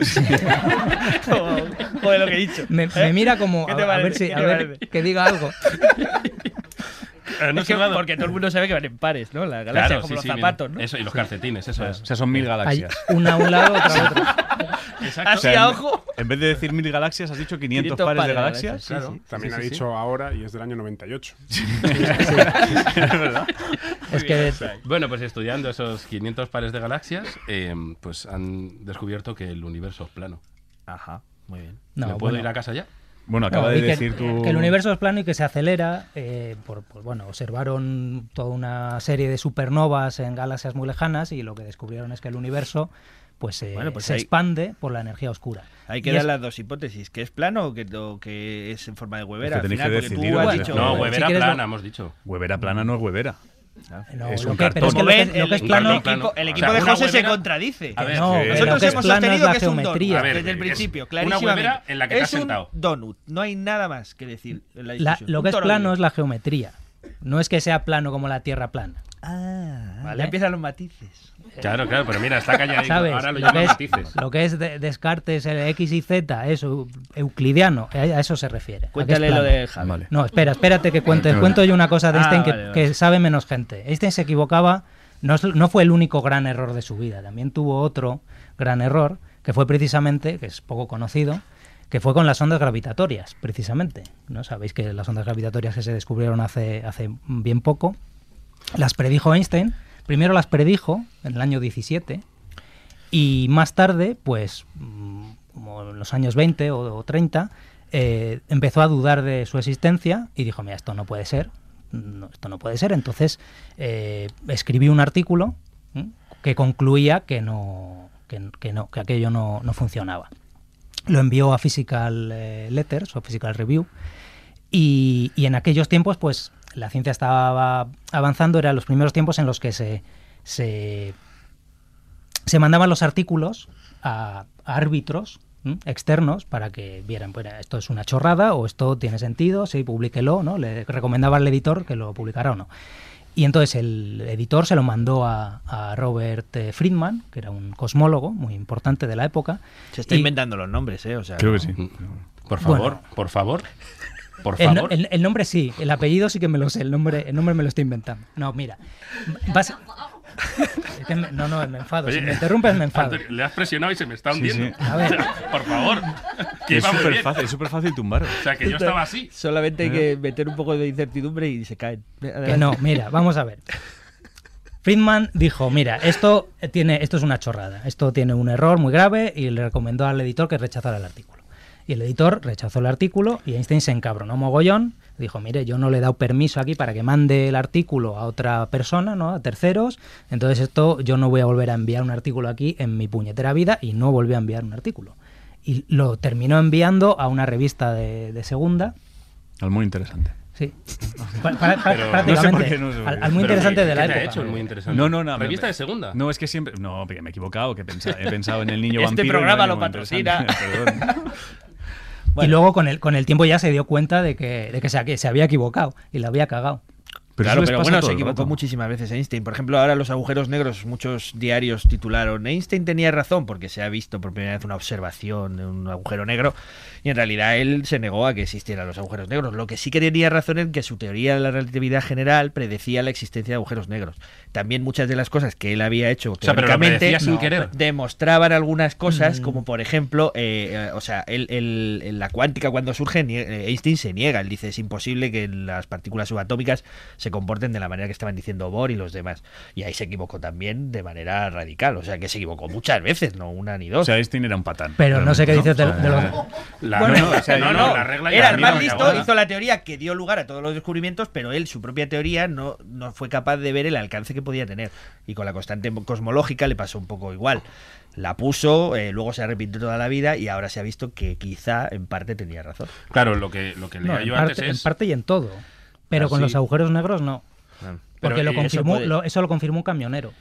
S5: como, como de lo que he dicho. ¿Eh?
S6: Me, me mira como
S5: ¿Qué
S6: a,
S5: te
S6: a ver
S5: parece?
S6: si a
S5: ¿Qué te
S6: ver
S5: parece?
S6: que diga algo.
S2: Ah, no
S5: Es
S2: se
S5: que-
S2: va a-
S5: porque todo el mundo sabe que van en pares, ¿no? Las
S2: Claro,
S5: galaxias como
S2: sí,
S5: los
S2: sí,
S5: zapatos,
S2: mira,
S5: ¿no?
S2: Eso, y los calcetines, eso es.
S1: O sea, son mil
S6: Hay
S1: galaxias.
S6: una a un lado, otra a otro.
S2: Exacto.
S6: Ah,
S5: Así
S1: en-
S5: a ojo.
S1: En vez de decir mil galaxias, has dicho 500,
S5: 500
S1: pares, de
S5: pares de
S1: galaxias.
S2: Claro,
S11: También
S2: sí,
S11: ha
S2: sí, sí.
S11: dicho ahora y es del año 98.
S6: Es que
S2: Bueno, pues estudiando esos 500 pares de galaxias, eh, pues han descubierto que el universo es plano.
S5: Ajá, muy bien.
S6: no,
S2: ¿Me puedo
S6: bueno. Eh,
S2: ir a casa ya?
S1: Bueno, acaba
S6: No,
S1: de
S6: y que-
S1: decir tú.
S6: que el universo es plano y que se acelera. eh, por, por- bueno, observaron toda una serie de supernovas en galaxias muy lejanas y lo que descubrieron es que el universo pues, eh,
S5: Bueno, pues
S6: se
S5: ahí-
S6: expande por la energía oscura.
S5: Hay que
S6: Y
S5: dar
S6: es-
S5: las dos hipótesis, que es plano o que, o que es en forma de
S1: Es que
S5: huevera. al
S1: tenéis
S5: final,
S1: que
S5: porque
S1: decidir
S5: tú has
S1: cuál
S5: dicho,
S1: es.
S2: no,
S1: bueno,
S2: huevera
S6: si quieres
S2: plana,
S6: lo-
S2: hemos dicho.
S1: Huevera plana no es huevera.
S6: Ah, No,
S1: Es
S6: lo
S1: un
S6: que- pero es que
S1: cartón.
S6: lo
S5: Como
S6: que,
S5: ven,
S6: lo que es
S5: el-
S6: plano.
S5: el equipo, el equipo
S2: O sea,
S5: de
S2: una
S5: José se
S2: huevera-
S5: contradice.
S2: A ver,
S6: No,
S1: que-
S6: que lo
S5: Nosotros
S6: que es
S5: hemos
S6: plano es
S5: sostenido
S6: la
S5: que es un
S6: geometría.
S5: donut
S2: A ver,
S5: desde el
S2: es
S5: principio,
S2: una huevera
S5: clarísimamente.
S2: en la que te
S5: es
S2: has sentado.
S5: un donut, no hay nada más que decir en la
S6: La-
S5: discusión.
S6: lo
S5: Un
S6: que es
S5: toro
S6: plano
S5: vivo.
S6: es la geometría. No es que sea plano como la Tierra plana.
S5: Ah,
S6: Vale.
S5: ya empiezan los matices.
S2: Claro, claro, pero mira, está calladito.
S6: ¿Sabes?
S2: Ahora lo
S6: Lo que
S2: llaman
S6: es,
S2: matices.
S6: lo que es de- Descartes, el X y Z, eso, euclidiano, a a eso se refiere. a que es
S5: Cuéntale lo
S6: plano.
S5: de Javi.
S1: Vale.
S6: No, espera, espérate que cuente. Cuento yo una cosa de
S5: Ah,
S6: Einstein que,
S5: vale, vale.
S6: que sabe menos gente. Einstein se equivocaba, no, es- no fue el único gran error de su vida, también tuvo otro gran error, que fue precisamente, que es poco conocido, que fue con las ondas gravitatorias, precisamente. ¿No sabéis que las ondas gravitatorias que se descubrieron hace, hace bien poco, las predijo Einstein. Primero las predijo en el año 17 y más tarde, pues mm, como en los años 20 o, o 30, eh, empezó a dudar de su existencia y dijo, mira, esto no puede ser, no, esto no puede ser. Entonces eh, escribí un artículo ¿m? que concluía que no, que, que no, que aquello no, no funcionaba. Lo envió a Physical eh, Letters o Physical Review y, y en aquellos tiempos, pues la ciencia estaba avanzando, eran los primeros tiempos en los que se, se, se mandaban los artículos a, a árbitros ¿m? externos para que vieran, bueno, esto es una chorrada o esto tiene sentido, sí, publíquelo, ¿no? Le recomendaba al editor que lo publicara o no. Y entonces el editor se lo mandó a, a Robert eh, Friedman, que era un cosmólogo muy importante de la época.
S5: Se está
S6: y-
S5: inventando los nombres, ¿eh? O sea,
S1: Creo que sí.
S6: Mm.
S2: Por favor,
S6: Bueno.
S2: por favor, por
S6: El, no-
S2: favor.
S6: el- el nombre sí, el apellido sí que me lo sé, el nombre, el nombre me lo estoy inventando. No, mira, bas- Es que me- no, no, me enfado.
S2: Oye,
S6: si me interrumpes, me enfado.
S2: Antonio, le has presionado y se me está
S1: Sí,
S2: hundiendo.
S1: sí.
S6: A ver.
S2: Por favor. Que
S1: es
S2: iba muy
S1: súper
S2: bien.
S1: fácil, es súper fácil tumbar.
S2: O sea, que yo estaba así.
S5: Solamente hay que meter un poco de incertidumbre y se caen.
S6: Que no, mira, vamos a ver. Friedman dijo, mira, esto, tiene, esto es una chorrada, esto tiene un error muy grave y le recomendó al editor que rechazara el artículo. Y el editor rechazó el artículo y Einstein se encabronó mogollón, dijo, mire, yo no le he dado permiso aquí para que mande el artículo a otra persona, ¿no? a terceros, entonces esto yo no voy a volver a enviar un artículo aquí en mi puñetera vida y no volvió a enviar un artículo. Y lo terminó enviando a una revista de- de segunda,
S1: Al muy interesante.
S6: Sí. Pa- pa- pa-
S1: Pero-
S6: prácticamente.
S1: No sé por qué, no sé por qué.
S6: Al, al muy
S2: Pero,
S6: interesante
S2: ¿qué-
S6: de la
S2: qué te ha
S6: época.
S2: hecho el muy interesante?
S1: No, no, no.
S2: Revista
S1: me-
S2: de segunda.
S1: No, es que siempre. No, porque me he equivocado, que he pensado, he pensado en el niño
S5: Este
S1: vampiro. y no
S5: programa
S1: hay
S5: lo
S1: ningún interesante. Perdón.
S6: Y luego con el, con el tiempo ya se dio cuenta de que, de que, se, que se había equivocado y la había cagado.
S1: Pero eso
S5: claro,
S1: les
S5: pero
S1: pasa
S5: bueno,
S1: todo
S5: se
S1: el
S5: equivocó
S1: rato.
S5: muchísimas veces Einstein. Por ejemplo, ahora los agujeros negros, muchos diarios titularon Einstein tenía razón porque se ha visto por primera vez una observación de un agujero negro y en realidad él se negó a que existieran los agujeros negros. Lo que sí que tenía razón es que su teoría de la relatividad general predecía la existencia de agujeros negros. También muchas de las cosas que él había hecho
S2: sea, pero lo
S5: teóricamente
S2: predecía sin querer.
S5: demostraban algunas cosas,
S6: Mm.
S5: como por ejemplo, eh, eh, o sea, el- el- el- la cuántica cuando surge, nie- eh, Einstein se niega, él dice es imposible que las partículas subatómicas se comporten de la manera que estaban diciendo Bohr y los demás. Y ahí se equivocó también de manera radical, o sea, que se equivocó muchas veces, no una ni
S1: O
S5: dos.
S1: sea, Einstein era un patán.
S6: Pero no sé qué dices de,
S1: del
S6: de los.
S2: La-
S5: Bueno,
S2: no, no, o sea, no, no, la regla y
S5: era
S2: la
S5: el más
S2: mierda,
S5: listo,
S2: ahora.
S5: hizo la teoría que dio lugar a todos los descubrimientos, pero él, su propia teoría, no, no fue capaz de ver el alcance que podía tener. Y con la constante cosmológica le pasó un poco igual. La puso, eh, luego se arrepintió toda la vida y ahora se ha visto que quizá en parte tenía razón.
S2: Claro, lo que, lo que
S6: no,
S2: leía
S6: en,
S2: yo
S6: parte,
S2: antes
S6: en
S2: es.
S6: parte y en todo. Pero
S2: Ah,
S6: con
S2: sí.
S6: los agujeros negros no.
S2: Pero,
S6: Ah. Porque
S2: eh,
S6: lo
S2: eso
S6: confirmó,
S5: puede-
S6: lo- eso lo confirmó un camionero.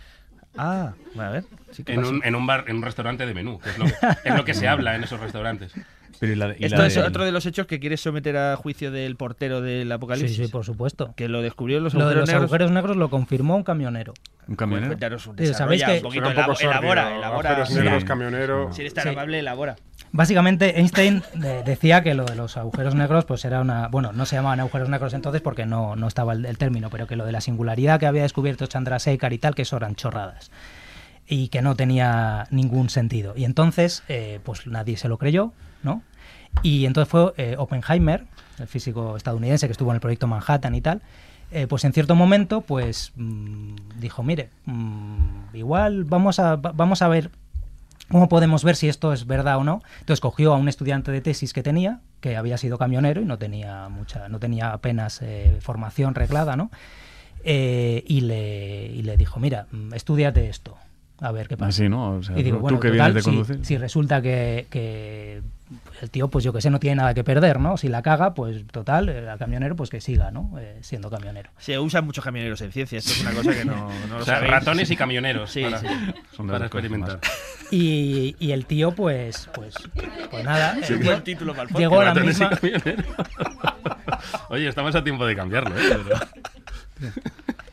S5: Ah, a ver. sí que
S2: En
S5: pasó.
S2: un, en un bar, en un restaurante de menú, que es lo, es lo que se habla en esos restaurantes.
S1: Pero y la- y
S5: Esto
S1: la
S5: es
S1: del-
S5: otro de los hechos que quieres someter a juicio del portero del
S6: Sí,
S5: apocalipsis.
S6: sí, por supuesto.
S5: Que lo descubrió en los
S6: Lo de
S5: agujeros
S6: los
S5: negros.
S6: agujeros negros lo confirmó un camionero.
S1: Un
S5: Pues
S1: camionero.
S5: cuéntanos un
S6: Sí, sabéis
S5: desarrolla
S6: que-
S5: un poquito,
S11: Suena un poco
S5: elabora, elabora,
S11: sórdido,
S5: elabora.
S11: agujeros
S5: Sí.
S11: negros, camionero.
S5: Si eres tan
S6: Sí.
S5: amable, elabora.
S6: Básicamente, Einstein eh, decía que lo de los agujeros negros, pues era una. Bueno, no se llamaban agujeros negros entonces porque no, no estaba el, el término, pero que lo de la singularidad que había descubierto Chandrasekhar y tal, que eso eran chorradas. Y que no tenía ningún sentido. Y entonces, eh, pues nadie se lo creyó, ¿no? Y entonces fue eh, Oppenheimer, el físico estadounidense que estuvo en el proyecto Manhattan y tal, eh, pues en cierto momento, pues mm, dijo, mire, mm, igual vamos a, va- vamos a ver ¿Cómo podemos ver si esto es verdad o no? Entonces cogió a un estudiante de tesis que tenía, que había sido camionero y no tenía mucha, no tenía apenas eh, formación reglada, ¿no? Eh, y, le, y le dijo, mira, mm, estudiate esto, a ver qué pasa.
S1: Así, Ah, ¿no? O sea,
S6: Y digo,
S1: tú
S6: bueno,
S1: que
S6: total,
S1: vienes de
S6: si-
S1: conducir.
S6: Si, resulta que, que el tío, pues yo que sé, no tiene nada que perder, ¿no? Si la caga, pues total, el camionero, pues que siga, ¿no? Eh, siendo camionero.
S5: Se usan muchos camioneros en ciencia, esto es una cosa que no, no lo
S2: O sea,
S5: sabéis.
S2: ratones y camioneros
S5: Sí,
S2: para,
S5: sí.
S1: Son
S2: para
S1: las cosas
S2: experimentar.
S6: Y, y el tío, pues, pues, pues nada. eh,
S5: Un buen título para el podcast.
S6: llegó a la
S2: Ratones y
S6: misma,
S2: camioneros. Oye, estamos a tiempo de cambiarlo, ¿eh? Pero-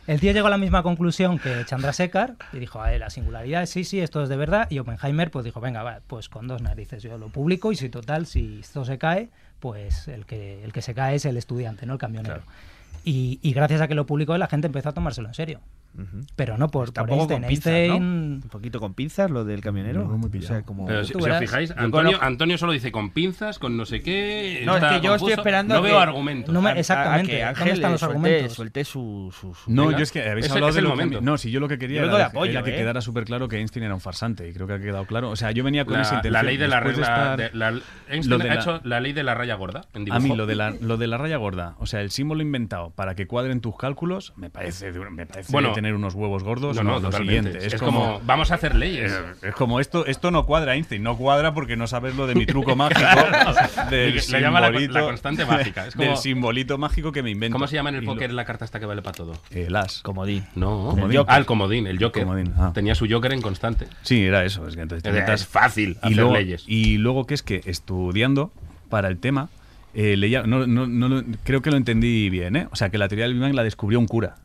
S6: El tío llegó a la misma conclusión que Chandrasekhar y dijo, a ver, la singularidad, sí, sí, esto es de verdad. Y Oppenheimer pues dijo, venga, va, pues con dos narices yo lo publico y si total, si esto se cae, pues el que, el que se cae es el estudiante, no el camionero. Y, y gracias a que lo publicó la gente empezó a tomárselo en serio.
S5: Ujú.
S6: Pero no por,
S5: Está
S1: Pues
S6: por este,
S5: un poco con
S6: Einstein.
S5: pinzas, ¿no?
S6: Einstein-
S5: Un poquito con pinzas lo del camionero.
S1: No, muy
S5: O sea,
S1: pillado.
S5: como-
S2: Pero si,
S5: Tú
S2: si os
S5: verás.
S2: fijáis,
S5: Yo
S2: Antonio,
S5: conozco-
S2: Antonio solo dice con pinzas, con no sé qué.
S5: No, es
S2: está
S5: que yo estoy
S2: confuso.
S5: esperando
S2: No
S5: que-
S2: veo argumentos.
S6: No me-
S5: a- a- a
S6: exactamente,
S5: que
S6: ¿dónde
S5: Ángel
S6: están
S5: le
S6: los
S5: suelte-
S6: argumentos?
S5: Suelte su. su- su-
S1: No,
S2: Venga.
S1: yo es que habéis
S2: Es el-
S1: hablado
S2: es
S1: de
S2: el
S1: lo
S2: momento.
S1: que, No, si yo lo que quería
S5: Yo le
S1: era,
S5: doy
S1: dej-
S5: apoyo,
S1: era que
S5: ¿eh?
S1: quedara súper claro que Einstein era un farsante y creo que ha quedado claro. O sea, yo venía con esa
S2: La,
S1: intención.
S2: la ley de la
S1: Después
S2: regla.
S1: estar-
S2: de la- Einstein
S1: lo de
S2: ha
S1: la-
S2: hecho la ley de la raya gorda. en
S1: A mí
S2: dibujo.
S1: lo de, la, lo de la raya gorda, o sea, el símbolo inventado para que cuadren tus cálculos, me parece, de- me parece
S2: Bueno,
S1: de tener unos huevos gordos.
S2: No,
S1: No,
S2: no,
S1: lo
S2: totalmente.
S1: siguiente.
S2: Es, como, vamos a hacer leyes.
S1: Eh, Es como esto, esto no cuadra, Einstein, no cuadra porque no sabes lo de mi truco mágico. del
S2: Le- le llama la-
S1: simbolito-
S2: la constante mágica. Es como-
S1: del simbolito mágico que me invento.
S2: ¿Cómo se llama en el
S1: Y lo-
S2: póker la carta esta que vale para todo?
S1: El as.
S5: Como di.
S2: No,
S1: Comodín.
S2: El Joker. Ah, el comodín, el Joker.
S1: Comodín, ah.
S2: Tenía su Joker en constante.
S1: Sí, era eso. Es, que entonces te
S2: Es-
S1: metas-
S2: es fácil hacer
S1: y luego,
S2: leyes.
S1: Y luego que es que estudiando para el tema, eh, leía, no, no- no lo- creo que lo entendí bien, ¿eh? O sea, que la teoría del Big Bang la descubrió un cura,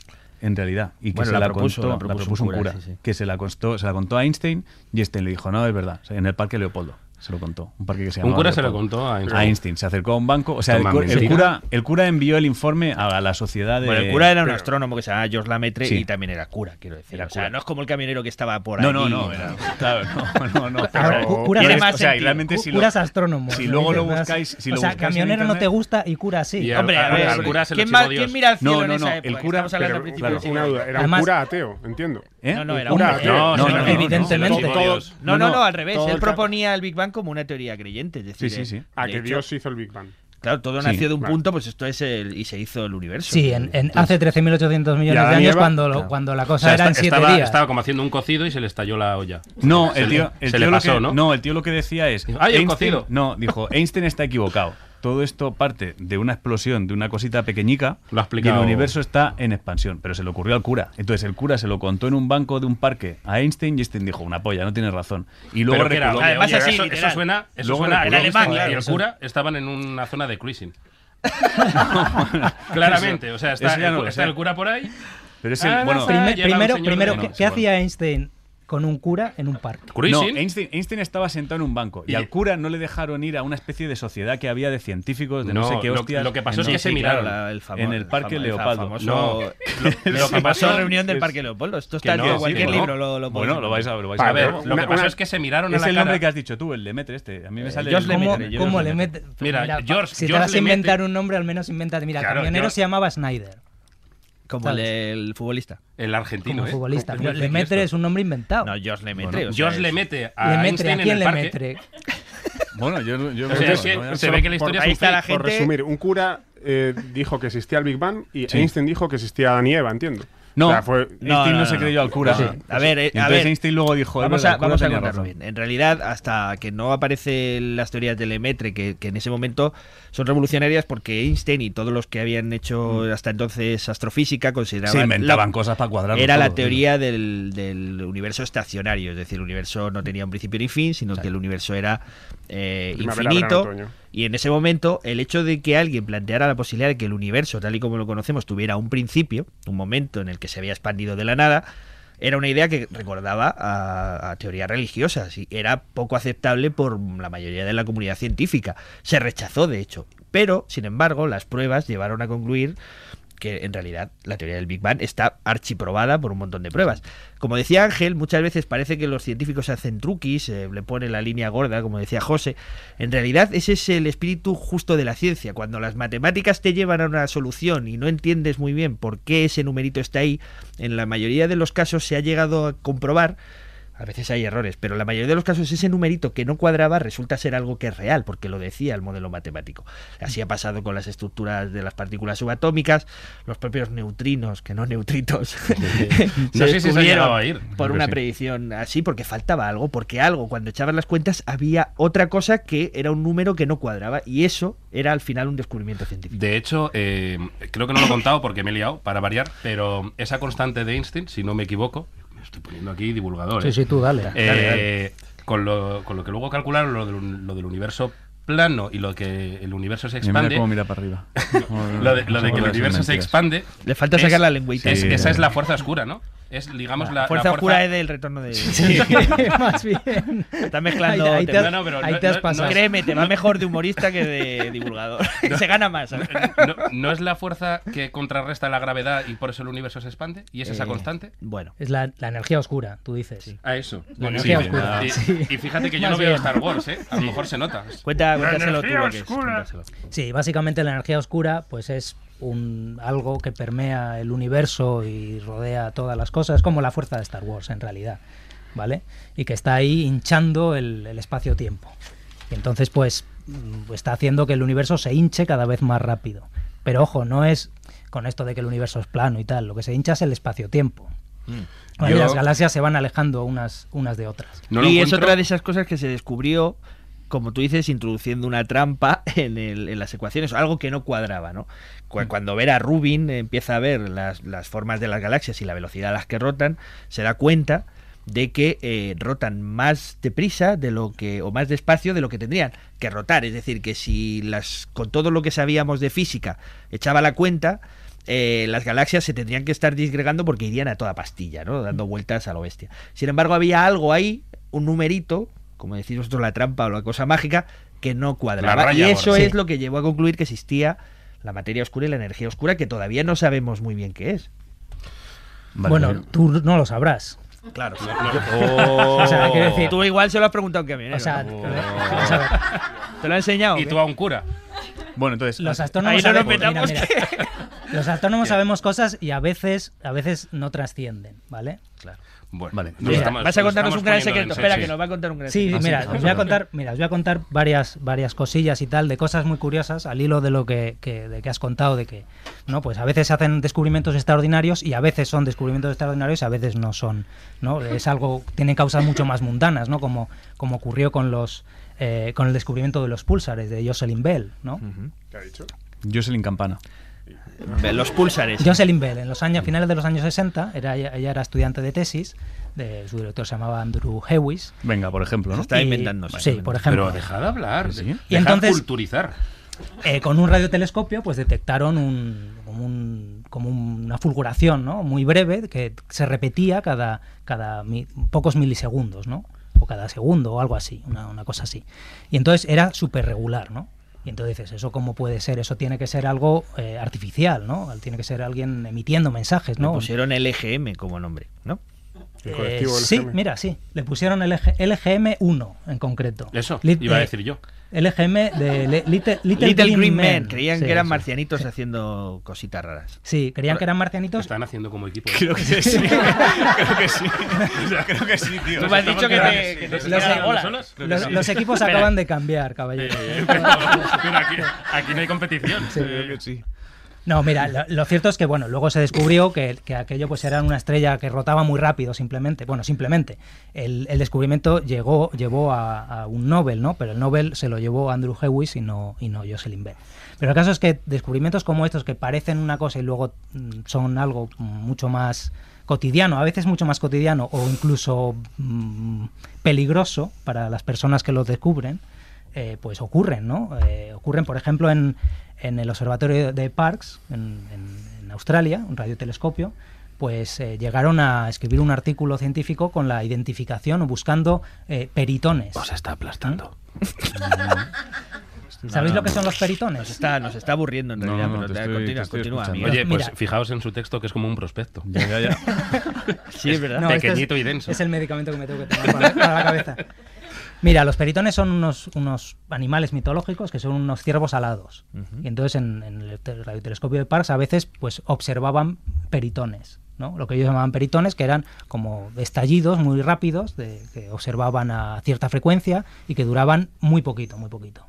S1: en realidad. Y que
S5: Bueno,
S1: se
S5: la
S1: la,
S5: propuso,
S1: contó,
S5: la propuso un
S1: un
S5: cura,
S1: cura.
S5: sí, sí.
S1: Que se la, costó- se la contó a Einstein y Einstein le dijo, no, es verdad, o sea, en el Parque Leopoldo. se lo contó. Un parque que se
S2: Un
S1: llamaba
S2: cura se lo
S1: Leopoldo.
S2: contó a Einstein.
S1: A Se acercó a un banco. O sea, el,
S2: Toma,
S1: cu- el
S2: mentira.
S1: cura, el cura envió el informe a la sociedad de.
S5: Bueno, el cura era un astrónomo que se llamaba George Lamaitre
S1: Eh, Sí.
S5: y también era cura, quiero decir.
S1: Era
S5: o sea,
S1: cura.
S5: no es como el camionero que estaba por
S1: no,
S5: ahí.
S1: no, no, era- claro, no, no, no,
S6: Ahora,
S1: pero-
S6: Ah, cu- curas
S1: tiene
S6: de-
S1: más
S6: o sea,
S1: sentido.
S6: cu-
S1: si lo-
S6: curas astrónomos.
S1: Si
S6: ¿no?
S1: luego lo
S6: Dices,
S1: buscáis, si
S6: o
S1: lo
S6: sea,
S1: buscáis en
S6: camionero no
S1: internet-
S6: te gusta y cura sí.
S2: Y al-
S5: Hombre, a
S2: al-
S5: ver,
S2: al cura se lo
S5: ¿quién,
S2: chivó
S5: va-
S2: Dios.
S5: ¿quién mira al cielo
S1: No,
S5: en
S1: no,
S5: esa
S1: no,
S5: época?
S1: el cura-
S5: Estamos hablando
S1: pero-
S5: al principio
S1: claro.
S5: del siglo
S11: Una duda, era
S6: Además-
S11: un cura ateo, entiendo.
S1: ¿Eh?
S5: No, no,
S1: Un
S5: era
S1: cura-
S5: un
S11: cura
S5: ateo.
S11: ateo.
S2: No,
S1: no,
S2: no,
S1: no,
S2: no,
S6: evidentemente.
S2: se lo chivó Dios.
S5: No, no,
S1: no,
S5: no, al revés.
S11: todo
S5: Él
S11: el tra-
S5: proponía el Big Bang como una teoría creyente. Es decir,
S1: Sí, sí, sí.
S5: eh,
S11: A
S5: de
S11: que
S5: hecho,
S11: Dios hizo el Big Bang.
S5: Claro, todo
S1: Sí,
S5: nació de un
S11: claro.
S5: punto, pues esto es el. Y se hizo el universo.
S6: Sí, en, en hace 13.800 millones de
S11: Y Adán
S6: años
S11: y Eva,
S6: cuando, lo-
S11: claro.
S6: cuando la
S2: O sea,
S6: cosa era
S2: esta-
S6: en 7
S2: estaba,
S6: días.
S2: estaba como haciendo un cocido y se le estalló la olla.
S1: No, el
S2: Se
S1: tío,
S2: le-
S1: el
S2: se
S1: tío
S2: le
S1: lo
S2: pasó,
S1: que,
S2: ¿no?
S1: el tío lo que decía es.
S2: Dijo, "Ay, el cocido".
S1: No, dijo, Einstein está equivocado. Todo esto parte de una explosión, de una cosita pequeñica,
S2: Lo ha
S1: y el
S2: explicado.
S1: universo está en expansión. Pero se le ocurrió al cura. Entonces el cura se lo contó en un banco de un parque a Einstein y Einstein dijo, una polla, no tienes razón. Y luego
S2: Pero que era,
S1: reculó.
S2: oye,
S5: Además
S2: oye,
S5: así,
S2: eso,
S5: literal.
S2: eso suena, eso
S1: Luego
S2: suena a
S1: reculó.
S2: que
S5: En alemán,
S2: Einstein y
S5: claro,
S2: el
S5: eso.
S2: cura estaban en una zona de cruising. Claramente, o sea, está,
S1: Eso ya no
S2: el,
S1: lo
S2: está
S1: sé.
S2: el cura por ahí.
S1: Pero es el-
S2: Ah,
S1: bueno,
S2: no,
S6: Primer-
S2: llega un
S6: primero,
S2: señor
S6: primero
S2: de-
S6: ¿qué,
S2: no,
S6: qué
S2: sí,
S6: hacía Einstein con un cura en un parque?
S1: No,
S2: Cruising.
S1: Einstein, Einstein estaba sentado en un banco y,
S2: Y-
S1: al cura no le dejaron ir a una especie de sociedad que había de científicos, de no,
S2: No,
S1: sé qué
S2: lo-
S1: hostias.
S2: lo que
S1: en
S2: pasó es que
S1: no-
S2: se
S1: sí,
S2: miraron.
S1: claro,
S5: la- el famo-
S1: en el
S5: la
S1: Parque
S5: famo- el
S1: Leopoldo.
S5: famoso-
S2: No,
S5: Lo-
S2: lo que
S5: Pasó
S2: pasó
S5: reunión del
S1: es-
S5: Parque Leopoldo. Esto
S2: que
S5: está
S2: no,
S5: en
S2: sí,
S5: cualquier
S2: no.
S5: libro. Lo, lo
S1: Bueno, lo vais a, lo vais
S11: Pa'
S1: a
S2: A
S1: ver.
S2: ver,
S1: ¿no?
S2: lo que
S11: Una-
S2: pasó
S11: una-
S2: es que se miraron a
S1: Es
S2: la
S1: el
S2: cara.
S1: nombre que has dicho tú, el Lemaitre este. A mí me sale
S5: George
S1: el-
S5: Le
S6: ¿Cómo,
S5: Lemaitre,
S6: cómo
S5: George
S6: le
S1: Lemaitre.
S6: mete?
S2: Mira, George-
S6: si te
S2: George
S6: vas a
S2: le mete-
S6: inventar un nombre, al menos invéntate. Mira,
S2: Claro,
S6: camionero
S2: George-
S6: se llamaba Snyder,
S5: Como el, el futbolista.
S2: El argentino,
S6: como
S2: ¿eh?
S6: futbolista.
S2: Es
S6: Pero
S2: muy
S6: le
S2: friki
S6: mete es
S2: esto.
S6: un nombre inventado.
S5: No, George Lemaitre. o sea,
S2: George
S5: es-
S2: le mete a
S6: le mete, ¿a
S2: Einstein
S6: quién
S2: en el
S6: le
S2: parque.
S6: mete?
S1: Bueno, yo, yo
S2: O sea, es que
S1: Pues no, no,
S2: se
S1: no.
S2: ve que la historia
S5: Ahí
S2: es un
S5: está la
S2: fake.
S11: Por
S5: gente.
S11: resumir, un cura eh, dijo que existía el Big Bang y
S1: Sí.
S11: Einstein dijo que existía Adán y Eva, entiendo.
S1: No,
S11: O sea, fue-
S1: Einstein no, se creyó al cura.
S5: Sí. A ver, eh,
S1: Y
S5: a
S1: entonces
S5: ver.
S1: Einstein luego dijo, es
S5: Vamos
S1: verdad,
S5: a,
S1: el cura
S5: vamos a
S1: tenía
S5: contarlo
S1: razón.
S5: bien. En realidad, hasta que no aparecen las teorías de Lemaitre, que, que en ese momento son revolucionarias porque Einstein y todos los que habían hecho hasta entonces astrofísica
S1: Se
S5: consideraban
S1: inventaban
S5: la-
S1: cosas para cuadrar.
S5: era la teoría del, del universo estacionario, es decir, el universo no tenía un principio ni fin, sino que el universo era eh,
S11: Primavera,
S5: infinito.
S11: verano, otoño.
S5: Y en ese momento, el hecho de que alguien planteara la posibilidad de que el universo, tal y como lo conocemos, tuviera un principio, un momento en el que se había expandido de la nada, era una idea que recordaba a, a teorías religiosas y era poco aceptable por la mayoría de la comunidad científica. Se rechazó, de hecho. Pero, sin embargo, las pruebas llevaron a concluir que en realidad la teoría del Big Bang está archiprobada por un montón de pruebas. Como decía Ángel, muchas veces parece que los científicos hacen truquis, eh, le ponen la línea gorda, como decía José. En realidad ese es el espíritu justo de la ciencia. Cuando las matemáticas te llevan a una solución y no entiendes muy bien por qué ese numerito está ahí, en la mayoría de los casos se ha llegado a comprobar a veces hay errores, pero en la mayoría de los casos ese numerito que no cuadraba resulta ser algo que es real, porque lo decía el modelo matemático. Así ha pasado con las estructuras de las partículas subatómicas, los propios neutrinos, que no neutritos, se
S2: No sé si se ha
S5: descubrieron
S2: llegado a ir,
S5: por
S2: pero
S5: una
S2: sí.
S5: predicción así, porque faltaba algo, porque algo, cuando echaban las cuentas, había otra cosa que era un número que no cuadraba, y eso era al final un descubrimiento científico.
S2: De hecho, eh, creo que no lo he contado porque me he liado, para variar, pero esa constante de Einstein, si no me equivoco, me estoy poniendo aquí divulgador,
S6: Sí,
S2: ¿eh?
S6: Pues sí, tú dale.
S2: Eh, Con, lo, con lo que luego calcularon lo del, lo del universo plano y lo que el universo se
S1: Mira
S2: expande,
S1: cómo mira para arriba.
S2: lo de, lo de que el universo se expande...
S5: Le falta sacar la lengüita. ¿eh?
S2: es-
S1: Sí.
S2: esa es la fuerza oscura, ¿no? Es, digamos, la,
S5: La Ah, fuerza
S2: la
S5: oscura es del retorno de...
S6: Más bien.
S5: Está mezclando
S6: Ahí, ahí te has,
S5: temas.
S2: No, no, pero
S6: ahí
S2: no-
S6: te has
S2: no- no
S6: pasado.
S2: es-
S5: Créeme, te va mejor de humorista que de divulgador. Se gana más. ¿eh? ¿sabes?
S2: No, ¿no es la fuerza que contrarresta la gravedad y por eso el universo se expande? ¿Y es esa
S5: Eh,
S2: constante?
S5: Bueno.
S6: Es la, la energía oscura, tú dices.
S2: A eso.
S6: La energía oscura.
S2: Y,
S6: Sí.
S2: y fíjate que yo
S6: Más
S2: no veo
S6: bien.
S2: Star Wars, ¿eh? A lo mejor se nota.
S5: Cuenta, cuéntaselo tú lo que es, cuéntaselo.
S6: Sí, básicamente la energía oscura pues es un algo que permea el universo y rodea todas las cosas, como la fuerza de Star Wars en realidad, ¿vale? Y que está ahí hinchando el, el espacio-tiempo. Y entonces pues mm, está haciendo que el universo se hinche cada vez más rápido. Pero ojo, no es con esto de que el universo es plano y tal, lo que se hincha es el espacio-tiempo. ¿Vale?
S2: Yo-
S6: Las galaxias se van alejando unas, unas de otras.
S5: y es otra de esas cosas que se descubrió, como tú dices, introduciendo una trampa en, el- en las ecuaciones, algo que no cuadraba, ¿no? Cu- Cuando Vera Rubin empieza a ver las, las formas de las galaxias y la velocidad a las que rotan, se da cuenta de que eh, rotan más deprisa de lo que o más despacio de lo que tendrían que rotar, es decir, que si las con todo lo que sabíamos de física echaba la cuenta, eh, las galaxias se tendrían que estar disgregando porque irían a toda pastilla, ¿no? Dando vueltas a lo bestia. Sin embargo, había algo ahí, un numerito, como decís vosotros, la trampa o la cosa mágica, que no
S2: La
S5: cuadraba.
S2: raya
S5: Y eso
S2: gorda.
S5: es
S2: Sí.
S5: lo que llevó a concluir que existía la materia oscura y la energía oscura, que todavía no sabemos muy bien qué es.
S6: bueno, tú no lo sabrás.
S5: Claro.
S2: Oh.
S6: O sea, quiero decir,
S5: tú igual se lo has preguntado a un camionero.
S6: O sea,
S5: ¿no?
S6: vamos a ver.
S5: ¿Te lo ha enseñado?
S2: Y tú a un cura.
S1: Bueno, entonces.
S6: Los
S1: hace-
S6: astrónomos,
S5: Ahí no nos
S6: sabemos, mira,
S5: metamos,
S6: mira. Los astrónomos sabemos cosas y a veces, a veces no trascienden, ¿vale?
S2: Bueno,
S1: Vale.
S2: nos
S5: Mira,
S2: estamos-
S5: vas a
S2: nos
S5: contarnos
S2: estamos
S5: un gran
S2: poniendo
S5: secreto.
S2: densos,
S5: Espera,
S2: sí.
S5: que nos va a contar un gran
S6: Ah, Sí,
S5: secreto.
S6: mira, os voy a contar, mira, os voy a contar varias, varias cosillas y tal, de cosas muy curiosas, al hilo de lo que, que- de que has contado, de que no, pues a veces se hacen descubrimientos extraordinarios y a veces son descubrimientos extraordinarios y a veces no son. ¿no? Es algo, tienen causas mucho más mundanas, ¿no? Como, como ocurrió con los eh, con el descubrimiento de los púlsares de Jocelyn Bell, ¿no?
S11: ¿Qué ha dicho?
S1: Jocelyn Campana.
S5: Los pulsares.
S6: Jocelyn Bell, en los años, a finales de los años 60, era, ella ella era estudiante de tesis, de, su director se llamaba Andrew Hewis,
S1: Venga, por ejemplo, ¿no?
S5: Está
S6: Y-
S5: inventando.
S6: sí, por ejemplo.
S2: Pero dejad hablar,
S1: Sí.
S2: de-
S1: Y
S2: dejad
S6: entonces-
S2: culturizar.
S6: eh, con un radiotelescopio pues detectaron un, como, un- como una fulguración ¿no? muy breve que se repetía cada, cada mi- pocos milisegundos ¿no? o cada segundo o algo así, una, una cosa así. Y entonces era súper regular, ¿no? Y entonces dices, ¿eso cómo puede ser? Eso tiene que ser algo eh, artificial, ¿no? Tiene que ser alguien emitiendo mensajes,
S5: Le
S6: ¿no?
S5: pusieron LGM como nombre, ¿no?
S11: El
S6: Eh,
S11: colectivo del
S6: sí,
S11: GM.
S6: mira, sí. Le pusieron LG LGM1 en concreto.
S2: Eso
S6: Lit-
S2: iba a
S6: eh,
S2: decir yo.
S6: LGM de Le- Little, Little
S5: Little, Green, Men.
S6: Men.
S5: Creían
S6: Sí,
S5: que eran
S6: sí.
S5: marcianitos haciendo cositas raras.
S6: Sí, creían que eran marcianitos.
S2: Están haciendo como equipo.
S1: Creo que sí. creo que sí. creo que sí, tío.
S5: Tú me has dicho que te- que te
S2: ¿Nos
S5: tiran
S2: estamos quedando
S5: bolas.
S2: solos? Creo que
S6: Los,
S2: sí.
S6: los equipos acaban de cambiar,
S2: Eh,
S6: caballero.
S2: eh, pero, pero aquí, aquí no hay competición.
S1: Creo que sí.
S6: No, mira, lo, lo cierto es que bueno, luego se descubrió que, que aquello pues era una estrella que rotaba muy rápido, simplemente. Bueno, simplemente. El, el descubrimiento llegó, llevó a, a un Nobel, ¿no? Pero el Nobel se lo llevó Andrew Hewis y no, y no Jocelyn Bell. Pero el caso es que descubrimientos como estos que parecen una cosa y luego mm, son algo mucho más cotidiano, a veces mucho más cotidiano o incluso mm, peligroso para las personas que los descubren, eh, pues ocurren, ¿no? Eh, ocurren, por ejemplo, en, en el observatorio de Parkes, en, en- en Australia, un radiotelescopio, pues eh, llegaron a escribir un artículo científico con la identificación o buscando eh, peritones.
S2: está aplastando.
S6: ¿Sabéis lo que son los
S5: Nos
S6: peritones?
S5: está, nos está aburriendo en
S1: No,
S5: realidad,
S1: no, no,
S5: pero
S1: te
S5: eh,
S1: estoy- te
S5: continúa,
S1: estoy
S5: continúa,
S1: escuchando.
S5: amigo.
S2: Oye, pues
S6: Mira.
S2: fijaos en su texto que es como un prospecto.
S1: Ya, ya, ya.
S5: sí, es verdad.
S6: No, esto es-
S2: Pequeñito y denso.
S6: Es el medicamento que me tengo que tomar para, para la cabeza. Mira, los peritones son unos, unos animales mitológicos que son unos ciervos alados. Y entonces en, en el te- radiotelescopio de Parkes a veces pues observaban peritones, ¿no? Lo que ellos llamaban peritones, que eran como estallidos muy rápidos de- que observaban a cierta frecuencia y que duraban muy poquito, muy poquito.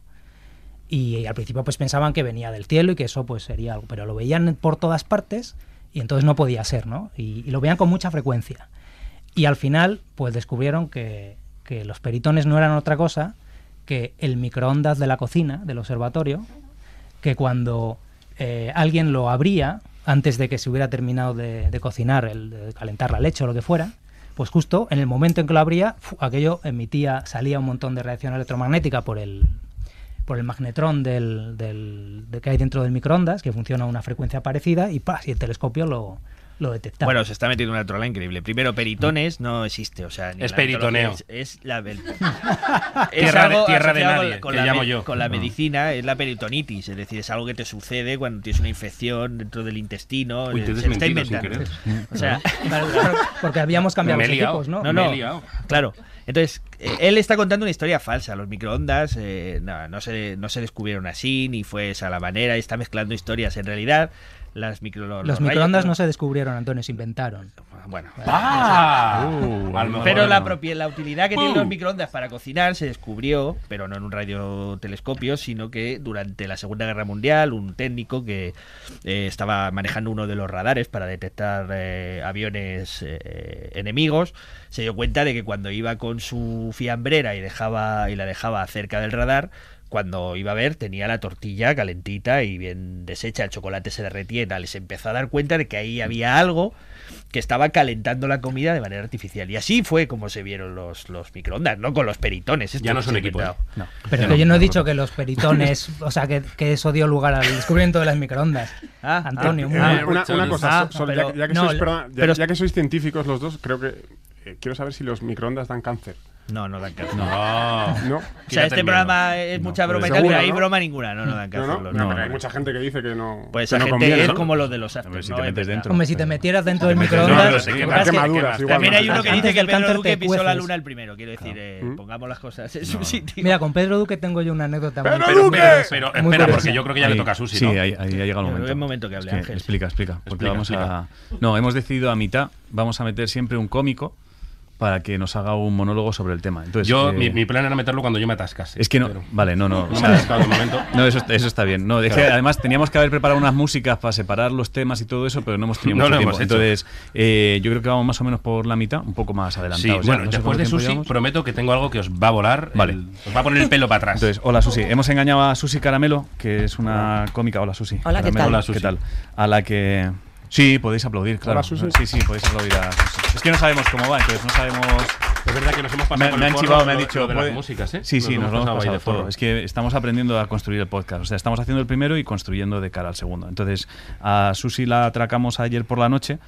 S6: Y, eh, al principio pues pensaban que venía del cielo y que eso pues sería algo, pero lo veían por todas partes y entonces no podía ser, ¿no? Y, y lo veían con mucha frecuencia. Y al final pues descubrieron que, que los peritones no eran otra cosa que el microondas de la cocina, del observatorio, que cuando eh, alguien lo abría, antes de que se hubiera terminado de, de cocinar, el, de calentar la leche o lo que fuera, pues justo en el momento en que lo abría, fu- aquello emitía, salía un montón de radiación electromagnética por el, por el magnetrón del, del- de que hay dentro del microondas, que funciona a una frecuencia parecida, y, ¡pah! y el telescopio lo, lo detectaba.
S5: Bueno, se está metiendo una trola increíble. Primero, peritones no existe, o sea, ni
S2: Es
S5: la mitología,
S2: peritoneo.
S5: Es, es la el- es
S2: Tierra de-
S5: algo
S2: tierra de
S5: asociado
S2: nadie, que
S5: la,
S2: llamo
S5: me-
S2: yo.
S5: con la
S2: No.
S5: medicina, es la peritonitis, es decir, es algo que te sucede cuando tienes una infección dentro del intestino, eh,
S2: Uy, te he
S5: se lo está
S2: desmentido sin
S5: inventando.
S2: querer.
S5: O sea,
S6: Claro, claro, porque habíamos cambiado
S2: Me he
S6: los
S2: liado.
S6: equipos, ¿no?
S5: No,
S2: Me
S5: no.
S2: he liado.
S5: Claro. Entonces, eh, él está contando una historia falsa. Los microondas eh, no, no se, no se descubrieron así, ni fue esa la manera. Está mezclando historias. En realidad, las micro, los,
S6: Los
S5: rayos-
S6: microondas no se descubrieron, Antonio, se inventaron.
S5: Bueno.
S2: ¡Ah!
S1: Uh,
S2: A lo mejor
S5: Pero la,
S2: no.
S5: propia- la utilidad que
S2: ¡Pum!
S5: tienen los microondas para cocinar se descubrió, pero no en un radiotelescopio, sino que durante la Segunda Guerra Mundial un técnico que eh, estaba manejando uno de los radares para detectar eh, aviones eh, enemigos se dio cuenta de que cuando iba con su fiambrera y, dejaba, y la dejaba cerca del radar, cuando iba a ver tenía la tortilla calentita y bien deshecha, el chocolate se derretía y tal. Y se empezó a dar cuenta de que ahí había algo que estaba calentando la comida de manera artificial. Y así fue como se vieron los, los microondas, no con los peritones. Esto
S2: Ya no
S5: es
S2: son equipo,
S5: inventado.
S2: ¿eh?
S6: Pero que yo no he dicho que los peritones, o sea, que, que eso dio lugar al descubrimiento de las microondas.
S5: Ah,
S6: Antonio,
S5: ah,
S6: muy
S11: Eh,
S6: bien.
S11: una, una cosa,
S5: Ah,
S11: so- so-
S5: pero-
S11: ya, ya que
S5: no,
S11: sois,
S5: lo-
S11: perdona, ya-
S5: pero-
S11: ya que sois científicos los dos, creo que eh, quiero saber si los microondas dan cáncer.
S5: No, no dan cáncer.
S2: No.
S11: No.
S5: O sea, este programa es mucha broma y tal,
S11: Seguro,
S5: pero hay
S11: ¿no?
S5: broma ninguna. No, no dan
S11: No,
S5: cáncer.
S11: no,
S5: los-
S11: no,
S5: no,
S11: pero hay
S5: no.
S11: mucha gente que dice que no.
S5: Pues
S11: que
S5: esa
S11: no
S5: gente
S11: conviene,
S5: es
S11: ¿no?
S5: como los de los after.
S1: si
S5: ¿no?
S1: te
S5: Es
S1: metes
S5: verdad.
S1: dentro.
S6: Hombre, si te metieras dentro del
S1: metes- no,
S6: microondas,
S1: no, sí, que-
S11: Las
S1: que-
S11: quemaduras, igual.
S5: También hay uno
S6: Antes
S5: que dice que
S6: del
S5: Pedro
S6: cáncer
S5: Duque
S6: te
S5: pisó la
S6: cueces.
S5: luna el primero. Quiero decir, eh, pongamos las cosas en su sitio.
S6: Mira, con Pedro Duque tengo yo una anécdota. muy-
S11: ¡Pedro
S2: Pero,
S11: Duque!
S2: pero- pero
S6: Muy
S2: espera, porque
S6: curiosa.
S2: yo creo que ya le
S1: Ahí-
S2: toca a Susi,
S1: Sí,
S2: ¿no?
S1: ahí, ahí ha llegado el
S5: Yo creo que
S1: momento.
S5: es momento que hable, Ángel.
S1: Explica, explica. Porque
S2: Explica,
S1: vamos
S2: explica.
S1: a. No, hemos decidido a mitad, vamos a meter siempre un cómico para que nos haga un monólogo sobre el tema. Entonces,
S2: yo,
S1: eh,
S2: mi, mi plan era meterlo cuando yo me atascase.
S1: Es que no.
S2: pero
S1: Vale, no, no. o
S2: no me
S1: sea,
S2: he atascado de momento.
S1: no, eso, eso está bien. No, es que además teníamos que haber preparado unas músicas para separar los temas y todo eso, pero no hemos tenido
S2: No
S1: mucho
S2: lo
S1: tiempo.
S2: hemos hecho.
S1: Entonces, eh, yo creo que vamos más o menos por la mitad, un poco más
S2: Sí,
S1: adelantados. ya.
S2: bueno,
S1: No sé
S2: después
S1: cuánto
S2: de Susi,
S1: tiempo llevamos.
S2: prometo que tengo algo que os va a volar.
S1: Vale.
S2: el- os va a poner el pelo para atrás.
S1: Entonces, hola Susi. Hemos engañado a Susi Caramelo, que es una cómica. Hola Susi.
S12: Hola, ¿qué
S1: Caramelo,
S12: tal?
S2: Hola, Susi.
S1: A la que. Sí, podéis aplaudir, claro.
S11: Hola, Susi.
S1: Sí, sí, podéis aplaudir a Susi. Es que no sabemos cómo va, entonces no sabemos.
S2: es verdad que nos hemos pasado
S1: Me,
S2: por
S1: me
S2: el
S1: han
S2: forro
S1: chivado, me
S2: lo-
S1: han
S2: lo
S1: dicho.
S2: de las
S1: "Puede-".
S2: músicas, ¿eh?
S1: Sí, sí, nos lo hemos
S2: ahí
S1: pasado
S2: de forro.
S1: todo. Es que estamos aprendiendo a construir el podcast. O sea, estamos haciendo el primero y construyendo de cara al segundo. Entonces, a Susi la atracamos ayer por la noche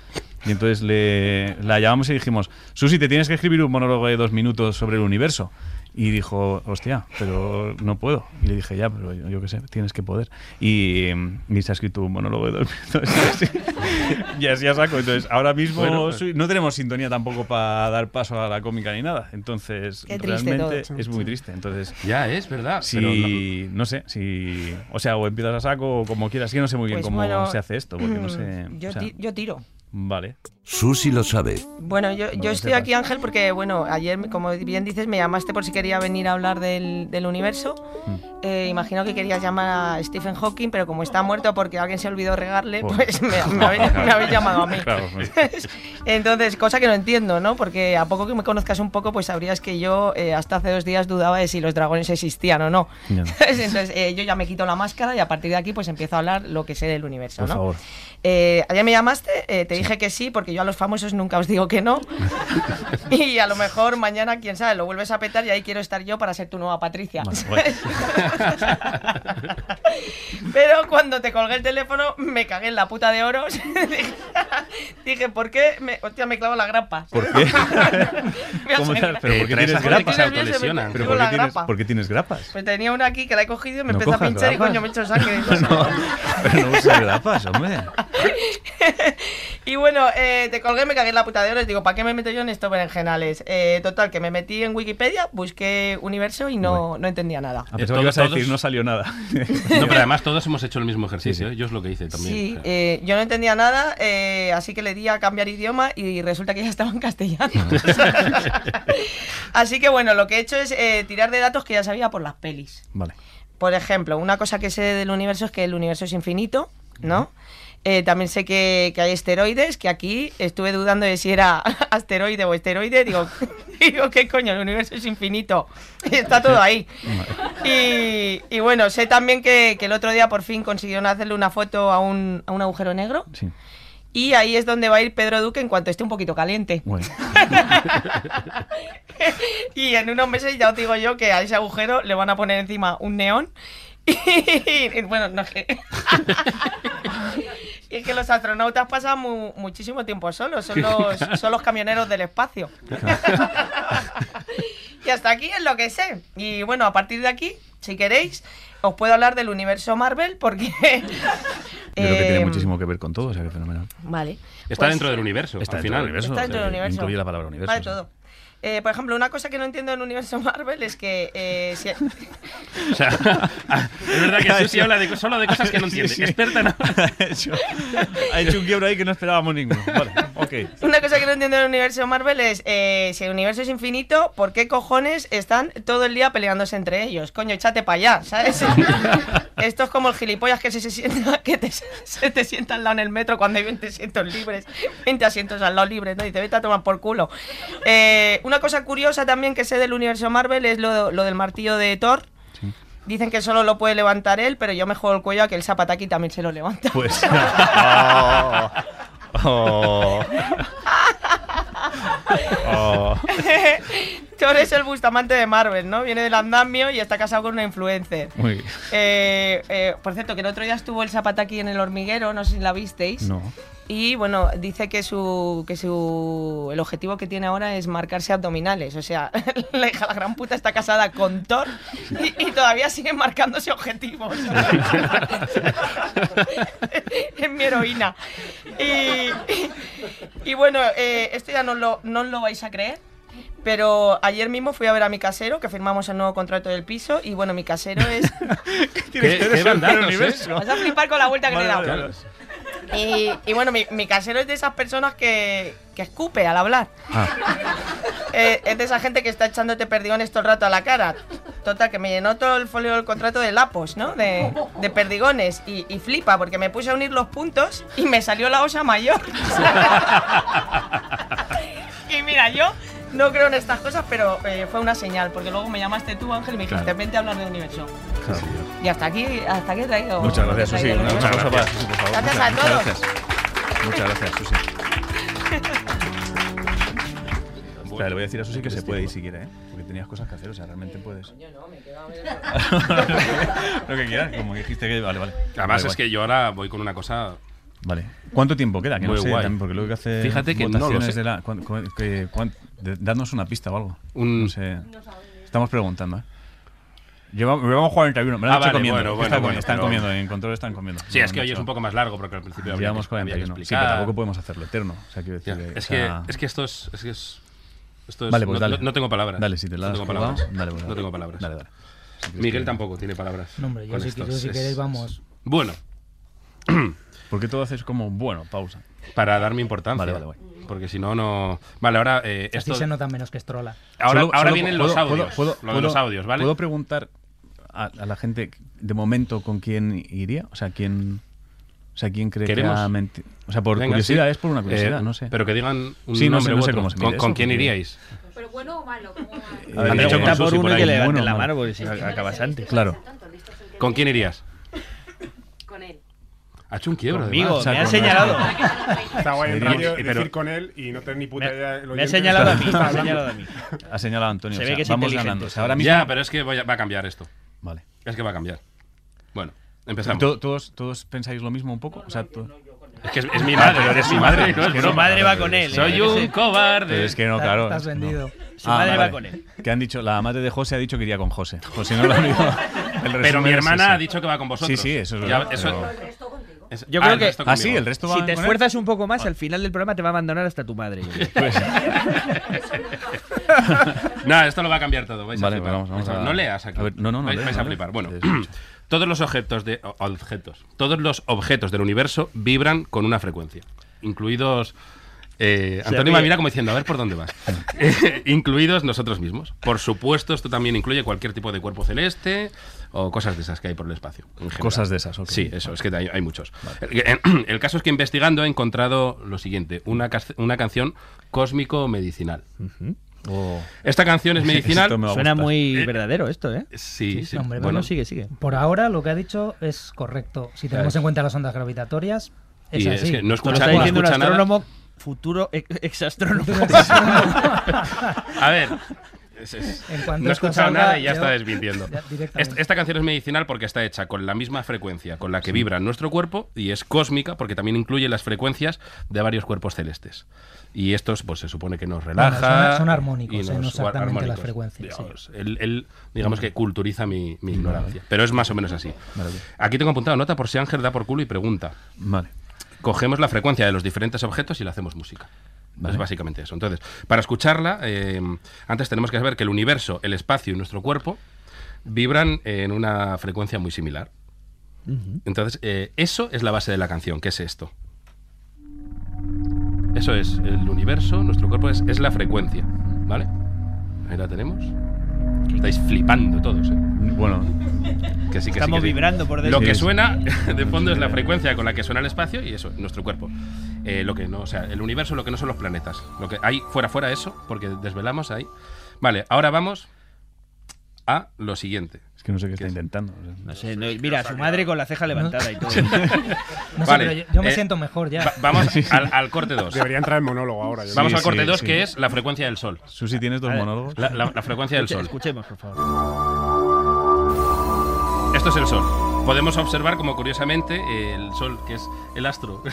S1: y entonces le, la llamamos y dijimos: Susi, te tienes que escribir un monólogo de dos minutos sobre el universo. Y dijo, hostia, pero no puedo. Y le dije, ya, pero yo, yo qué sé, tienes que poder. Y, mm, y se ha escrito un monólogo de dos minutos. Y así- y así a saco. Entonces, ahora mismo
S2: Bueno,
S1: Susi- no tenemos sintonía tampoco para dar paso a la cómica ni nada. Entonces,
S12: Qué triste
S1: realmente
S11: todo.
S1: es muy triste. Entonces,
S2: Ya, es verdad. pero no-
S1: si, no sé, si, o sea, o empiezas a saco o como quieras, que no sé muy bien
S12: Pues
S1: cómo
S12: bueno, mm,
S1: se hace esto, porque no sé.
S12: Yo,
S1: o sea,
S12: ti- yo tiro.
S1: vale.
S4: Susi lo sabe.
S12: Bueno, yo, yo estoy aquí, Ángel, porque, bueno, ayer, como bien dices, me llamaste por si quería venir a hablar del, del universo. Eh, imagino que querías llamar a Stephen Hawking, pero como está muerto porque alguien se olvidó regarle,
S1: Joder.
S12: pues me, me habéis, me habéis llamado a mí.
S1: Claro, pues.
S12: Entonces, cosa que no entiendo, ¿no? Porque a poco que me conozcas un poco, pues sabrías que yo eh, hasta hace dos días dudaba de si los dragones existían o no.
S1: Ya.
S12: Entonces, eh, yo ya me quito la máscara y a partir de aquí, pues empiezo a hablar lo que sé del universo,
S1: Por
S12: ¿no?
S1: favor.
S12: Eh, ayer me llamaste, eh, te dije que sí, porque yo a los famosos nunca os digo que no. y a lo mejor mañana, quién sabe, lo vuelves a petar y ahí quiero estar yo para ser tu nueva Patricia.
S1: Vale, guay.
S12: Pero cuando te colgué el teléfono, me cagué en la puta de oros. Dije- dije, ¿por qué? Me, hostia, me clavo la grapa.
S1: ¿Por qué?
S12: Me ha
S1: ¿Cómo
S12: sangrado.
S1: tal? ¿Pero por qué
S2: Eh, traes
S1: tienes
S2: a Jordi que
S1: grapas?
S12: nervioso,
S2: se autolesionan.
S12: me-
S1: ¿Pero
S12: Tengo
S1: por qué
S12: la
S1: tienes,
S12: grapa.
S1: por qué tienes grapas?
S12: Pues tenía una aquí que la he cogido y me
S1: ¿No
S12: empezó a
S1: cojas
S12: pinchar
S1: grapas?
S12: y coño me he hecho sangre.
S1: No, pero no usas grapas, hombre.
S12: Y bueno, eh, te colgué, me cagué en la puta de oro. y Digo, ¿para qué me meto yo en estos berenjenales? Eh, total, que me metí en Wikipedia, busqué universo y no, no entendía nada.
S1: A pesar
S2: todo-
S1: que ibas a decir,
S2: Eh, todos-
S1: no salió nada.
S2: No, pero además todos hemos hecho el mismo ejercicio.
S1: Sí, sí.
S2: ¿eh? Yo es lo que hice también.
S12: Sí,
S2: o sea.
S12: eh, yo no entendía nada, eh, así que le di a cambiar idioma y resulta que ya estaba en castellano. así que bueno, lo que he hecho es eh, tirar de datos que ya sabía por las pelis.
S1: Vale.
S12: Por ejemplo, una cosa que sé del universo es que el universo es infinito, ¿no? Eh, también sé que, que hay esteroides, que aquí estuve dudando de si era asteroide o esteroide. Digo, digo ¿qué coño? El universo es infinito. Está todo ahí. Y, y bueno, sé también que, que el otro día por fin consiguieron hacerle una foto a un, a un agujero negro.
S1: Sí.
S12: Y ahí es donde va a ir Pedro Duque en cuanto esté un poquito caliente.
S1: Bueno.
S12: Y en unos meses ya os digo yo que a ese agujero le van a poner encima un neón. Y bueno, no es que. y es que los astronautas pasan mu- muchísimo tiempo solos, son los, son los camioneros del espacio. y hasta aquí es lo que sé. Y bueno, a partir de aquí, si queréis, os puedo hablar del universo Marvel porque.
S1: Yo creo que tiene
S12: Em,
S1: muchísimo que ver con todo, o sea que fenomenal.
S12: Vale.
S2: Está
S12: Pues-
S2: dentro del universo.
S1: Está dentro
S2: al final.
S1: del universo.
S12: Está dentro
S1: o sea,
S12: del universo.
S1: Incluye la palabra universo.
S12: Vale,
S1: o sea.
S12: todo. Eh, por ejemplo, una cosa que no entiendo del universo Marvel es que eh, si-
S2: O sea, es verdad que Susi habla de, solo de cosas que no entiende.
S1: Sí, sí.
S2: Experta en...
S1: ha, hecho, ha hecho un quiebro ahí que no esperábamos ninguno. Vale, ok.
S12: una cosa que no entiendo del universo Marvel es eh, si el universo es infinito, ¿por qué cojones están todo el día peleándose entre ellos? Coño, échate para allá, ¿sabes? Esto es como el gilipollas que se, se sienta, que te, se te sienta al lado en el metro cuando hay 20 asientos libres, 20 asientos al lado libres, ¿no? Y te vete a tomar por culo. Eh, una cosa curiosa también que sé del universo Marvel es lo, lo del martillo de Thor. Dicen que solo lo puede levantar él, pero yo me juego el cuello a que el Zapataki también se lo levanta.
S1: Pues. Oh. Oh. Oh.
S12: Thor es el bustamante de Marvel, ¿no? Viene del andamio y está casado con una influencer.
S1: Muy bien.
S12: Eh, eh, por cierto, que el otro día estuvo el Zapata aquí en el hormiguero, no sé si la visteis.
S1: No.
S12: Y bueno, dice que su que su el objetivo que tiene ahora es marcarse abdominales. O sea, la hija de la gran puta está casada con Thor y, y todavía sigue marcándose objetivos. es mi heroína. Y, y bueno, eh, esto ya no lo, no lo vais a creer. Pero ayer mismo fui a ver a mi casero, que firmamos el nuevo contrato del piso, y bueno, mi casero es...
S10: Tienes que resolver el universo.
S12: Vas a flipar con la vuelta que le he dado.
S10: Vale, vale, vale.
S12: Y, y bueno, mi, mi casero es de esas personas que, que escupe al hablar. Eh, es de esa gente que está echándote perdigones todo el rato a la cara. Total, que me llenó todo el folio del contrato de lapos, ¿no? De, de perdigones. Y, y flipa, porque me puse a unir los puntos y me salió la osa mayor. y mira, yo no creo en estas cosas, pero eh, fue una señal, porque luego me llamaste tú, Ángel, y me dijiste,
S1: Claro.
S12: vente a hablar de universo. Y hasta aquí, hasta aquí he traído.
S1: Muchas gracias,
S12: he
S1: Susi.
S12: traído
S1: Una,
S12: el
S1: una
S12: universo.
S1: cosa para Susi, por favor.
S12: Gracias
S1: Muchas-
S12: a todos.
S1: Muchas gracias. Muchas gracias, Susi. Espera, le voy a decir a Susi que se puede ir si quiere, ¿eh? Porque tenías cosas que hacer, o sea, realmente puedes. Lo que quieras, como dijiste que. Vale, vale.
S2: Además
S1: Vale,
S2: es que yo ahora voy con una cosa...
S1: Vale. ¿Cuánto tiempo queda? Que no
S2: Muy
S1: sé,
S2: guay.
S1: también, porque luego que hace
S2: Fíjate que no lo
S1: votaciones
S2: sé.
S1: de la- cuán- cuán- que- cuán- de- dadnos una pista o algo. No sé. Estamos preguntando, ¿eh? Llevamos, llevamos 41. Me lo han
S2: Ah,
S1: hecho
S2: vale,
S1: comiendo.
S2: bueno,
S1: ¿Qué
S2: bueno,
S1: están
S2: bueno,
S1: están
S2: pero-
S1: comiendo, en control están comiendo.
S2: Sí,
S1: No,
S2: es que
S1: no
S2: hoy
S1: he
S2: es
S1: hecho-
S2: un poco más largo porque al principio habría
S1: Llevamos
S2: que- había que
S1: 41. Sí,
S2: explicar.
S1: pero tampoco podemos hacerlo eterno. O sea, quiero decir, eh,
S2: Es
S1: o
S2: que,
S1: sea-
S2: es que esto es, es que es- esto es-
S1: Vale, pues
S2: no,
S1: dale.
S2: no- no tengo palabras.
S1: Dale, si te la
S2: no
S1: has
S2: tengo
S1: jugado,
S2: palabras.
S1: dale, pues dale.
S2: No tengo palabras.
S1: Dale, dale. Si quieres
S2: Miguel
S1: que-
S2: tampoco tiene palabras.
S6: No, hombre, yo
S2: con
S6: sí-
S2: esto.
S6: yo sí
S2: Es-
S6: queréis, vamos.
S2: Bueno.
S1: Porque todo haces como bueno, pausa.
S2: Para darme importancia.
S1: Vale, vale,
S2: Porque si no, no. Vale, ahora eh,
S6: Así
S2: esto.
S6: se nota menos que estrola.
S2: Ahora,
S1: Solo-
S2: ahora
S1: solo
S2: vienen
S1: puedo-
S2: los
S1: puedo-
S2: audios.
S1: puedo-
S2: lo de
S1: puedo-
S2: los audios, ¿vale?
S1: ¿Puedo preguntar a, a la gente de momento con quién iría? O sea, quién. O sea, ¿quién cree
S2: ¿Queremos?
S1: que ha mentido? O sea, por
S2: Venga,
S1: curiosidad,
S2: sí.
S1: es por una curiosidad,
S2: Eh,
S1: no sé.
S2: pero que digan un
S1: sí, no sé,
S2: nombre
S1: no
S2: u
S1: sé
S2: otro.
S1: cómo se mide
S2: ¿Con-
S1: eso,
S2: con quién
S1: porque-
S2: iríais?
S13: Pero bueno o malo.
S1: Eh, Han dicho
S2: con
S1: con
S2: Susi
S1: Susi por ahí.
S5: que levante
S1: Bueno,
S5: la
S1: mal.
S5: mano, porque si no, acabas antes.
S1: Claro.
S2: ¿Con quién irías?
S13: Con él.
S2: Ha hecho un quiebro.
S5: Conmigo,
S2: además.
S5: me ha señalado.
S11: Está guay en
S2: Sí,
S11: radio
S2: pero-
S11: decir con él y no tener ni puta idea. el
S5: me ha
S11: oyente
S5: señalado
S11: de
S5: a
S11: lo
S5: mí,
S11: que está
S5: me ha
S11: hablando.
S5: señalado a mí.
S1: Ha señalado Antonio.
S5: Se
S1: o
S5: ve
S1: sea,
S5: que es
S1: vamos
S5: inteligente.
S1: ganando. O sea, ahora mismo.
S2: Ya, pero es que voy a- va a cambiar esto.
S1: Vale.
S2: Es que va a cambiar. Bueno,
S1: ¿Todo-
S2: empezamos.
S1: ¿Todos, todos, pensáis lo mismo un poco? O sea, to-
S2: Es que es, es mi madre,
S1: Pero
S2: es
S1: eres
S2: mi
S1: su
S2: madre.
S1: madre,
S2: no es
S1: es que
S2: broma.
S1: su madre va con él, ¿eh? Yo
S2: Soy
S1: qué
S2: un
S1: sé.
S2: cobarde.
S1: Pero es que no, claro.
S6: Estás
S1: no. Ah,
S6: vendido.
S5: Su madre va
S1: vale.
S5: con él.
S1: Que han dicho, la madre de José ha dicho que iría con José. Por si no lo han oído. El
S2: Pero
S1: resumen
S2: mi
S1: es
S2: hermana
S1: ese.
S2: ha dicho que va con vosotros.
S1: Sí, sí, eso es
S2: Ya,
S1: verdad.
S2: eso-
S1: pero-
S2: Es-
S5: Yo
S2: ah,
S5: creo
S2: el
S5: que
S2: resto
S1: Ah,
S2: conmigo.
S1: sí, el resto va
S5: si te
S1: con él.
S5: esfuerzas un poco
S2: Ah.
S5: más, al final del programa te va a abandonar hasta tu madre. yo creo.
S1: Pues,
S2: no, esto lo va a cambiar todo. Vais
S1: Vale,
S2: a flipar.
S1: pero vamos, vamos
S2: Vais a-
S1: a-
S2: No leas aquí.
S1: a ver, no, no, no
S2: Vais,
S1: leo,
S2: vais
S1: no
S2: a
S1: leo.
S2: flipar. Bueno,
S1: Te escucho.
S2: todos los objetos de o- objetos, todos los objetos del universo vibran con una frecuencia, incluidos. eh,
S5: Se
S2: Antonio
S5: ríe.
S2: me mira como diciendo, a ver por dónde vas. Eh, incluidos nosotros mismos. Por supuesto, esto también incluye cualquier tipo de cuerpo celeste o cosas de esas que hay por el espacio. en general.
S1: Cosas de esas, ok.
S2: Sí, eso, es que hay, hay muchos. El, el caso es que investigando he encontrado lo siguiente: una, cas- una canción cósmico-medicinal.
S1: Oh.
S2: Esta canción es medicinal.
S1: Esto me va a
S5: Suena
S1: gustar.
S5: muy
S2: Eh,
S5: verdadero esto, ¿eh?
S2: Sí, sí.
S6: hombre,
S2: Bueno,
S5: Bueno, sigue, sigue.
S6: Por ahora lo que ha dicho es correcto. Si tenemos
S2: Claro.
S6: en cuenta las ondas gravitatorias, es
S2: Y es
S6: así.
S2: que no
S5: Te lo
S2: escucha,
S5: está
S2: no
S5: diciendo un
S2: escucha nada.
S5: astrónomo, futuro ex- exastrónomo.
S2: A ver. es- es-
S6: En cuanto
S2: no
S6: esto
S2: escucha
S6: salga,
S2: nada y ya
S6: yo-
S2: está desmintiendo.
S6: Ya, directamente.
S2: Est- Esta canción es medicinal porque está hecha con la misma frecuencia con la que vibra nuestro cuerpo y es cósmica porque también incluye las frecuencias de varios cuerpos celestes. Y estos, pues se supone que nos relaja.
S6: son- son armónicos,
S2: y
S6: eh, no
S2: nos-
S6: exactamente las frecuencias, sí.
S2: Digamos, él, él, digamos que culturiza mi, mi ignorancia. Pero es más o menos así. Aquí tengo apuntado nota por si Ángel da por culo y pregunta.
S1: Vale.
S2: cogemos la frecuencia de los diferentes objetos y le hacemos música.
S1: Vale.
S2: Es básicamente eso. Entonces, para escucharla, eh, antes tenemos que saber que el universo, el espacio y nuestro cuerpo vibran en una frecuencia muy similar. Entonces, eh, eso es la base de la canción, que es esto. Eso es el universo, nuestro cuerpo es, es la frecuencia. ¿Vale? Ahí la tenemos. Estáis flipando todos, ¿eh?
S1: Bueno,
S2: Que sí, que sí,
S5: Estamos
S2: que sí.
S5: vibrando por dentro.
S2: Lo que
S1: Sí.
S2: suena de fondo es la frecuencia con la que suena el espacio y eso, nuestro cuerpo. Eh, lo que no, o sea, el universo, lo que no son los planetas. Lo que hay fuera, fuera eso, porque desvelamos ahí. Vale, ahora vamos a lo siguiente.
S1: Es que no sé qué está intentando.
S5: No sé, no- mira, su madre con la ceja levantada y todo.
S6: No sé, pero yo- yo me siento mejor ya.
S2: eh, va- vamos al, al corte 2.
S11: Debería entrar el monólogo ahora. yo
S2: Vamos
S11: creo.
S2: al corte
S11: Sí,
S2: 2,
S11: sí.
S2: que es la frecuencia del sol.
S1: Susi, ¿tienes dos monólogos?
S2: La, la- la frecuencia del
S5: Escuche-
S2: sol.
S5: Escuchemos, por favor.
S2: Esto es el sol. Podemos observar como curiosamente eh, el sol, que es el astro.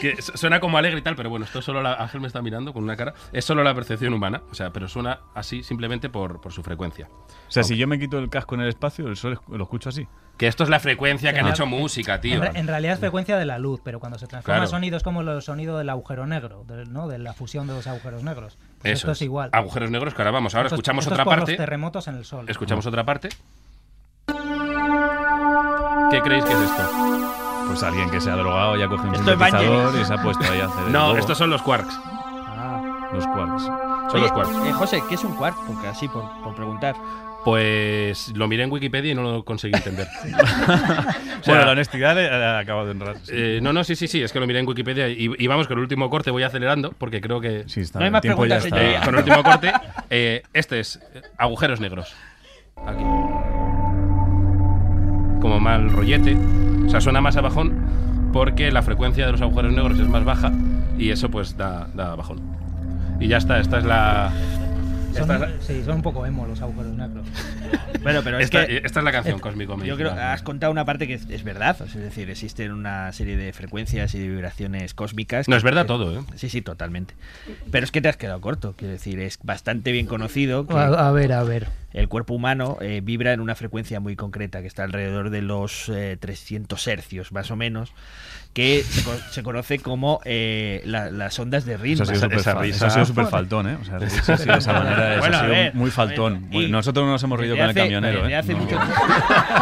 S2: que su- suena como alegre y tal, pero bueno, esto solo la, Ángel me está mirando con una cara. Es solo la percepción humana, o sea, pero suena así simplemente por, por su frecuencia.
S1: O sea, si yo me quito el casco en el espacio, el sol es- lo escucho así.
S2: Que esto es la frecuencia que han
S6: Claro.
S2: hecho música, tío.
S6: En, re- en realidad es frecuencia de la luz, pero cuando se transforma
S2: Claro.
S6: en sonido es como el sonido del agujero negro, del- ¿no? de la fusión de dos agujeros negros. Pues
S2: Eso
S6: esto es, igual.
S2: Agujeros negros, que ahora vamos, ahora
S6: Esto es-
S2: escuchamos
S6: esto es
S2: otra
S6: por
S2: parte.
S6: Los terremotos en el sol.
S2: Escuchamos otra parte. ¿Qué creéis que es esto?
S1: Pues alguien que se ha drogado ya coge un
S2: Esto es
S1: sintetizador
S2: Vangelis.
S1: y se ha puesto ahí a hacer. el
S2: No,
S1: bobo.
S2: estos son los quarks.
S1: Los quarks. Son
S2: Ah.
S5: Oye,
S2: los quarks.
S5: eh, José, ¿qué es un quark? Porque así, por, por preguntar.
S2: Pues lo miré en Wikipedia y no lo conseguí entender. O sea,
S1: Bueno, la honestidad eh, ha acabado de honrar. sí.
S2: eh, no, no, sí, sí, sí, es que lo miré en Wikipedia y, y vamos con el último corte, voy acelerando porque creo que...
S1: Sí, está
S5: No hay
S1: bien,
S5: más
S1: tiempo
S5: preguntas,
S1: ya
S2: Eh,
S1: está.
S2: con el último corte, eh, este es eh, agujeros negros. Aquí. Como mal rollete. O sea, suena más a bajón porque la frecuencia de los agujeros negros es más baja y eso pues da, da bajón. Y ya está, esta es la...
S6: Son,
S2: Esta es la,
S6: Sí, son un poco emo los agujeros negros.
S5: Bueno, pero es
S2: esta-
S5: que-
S2: esta es la canción
S5: Eh,
S2: Cosmico
S5: Yo creo, has contado una parte que es, es verdad, o sea, es decir, existen una serie de frecuencias y de vibraciones cósmicas.
S2: No,
S5: que-
S2: es verdad
S5: que-
S2: todo, ¿eh?
S5: Sí, sí, totalmente. Pero es que te has quedado corto, quiero decir, es bastante bien conocido que
S6: A, a ver, a ver.
S5: el cuerpo humano eh, vibra en una frecuencia muy concreta, que está alrededor de los eh, 300 hercios, más o menos, que se, co- se conoce como eh, la- las ondas de ritmo.
S1: Eso Pues ha sido
S2: Esa-
S1: súper
S2: esa
S1: fa-
S2: risa.
S1: eso ha sido súper faltón, ¿eh? O sea, reírse así de esa manera es-
S5: Bueno,
S1: ha
S5: a
S1: sido
S5: ver,
S1: muy
S5: a
S1: faltón.
S5: ver.
S1: Muy-
S5: Y
S1: Nosotros no nos hemos reído
S5: desde
S1: con el
S5: hace-
S1: camionero,
S5: desde
S1: ¿eh?
S5: hace
S1: No,
S5: mucho-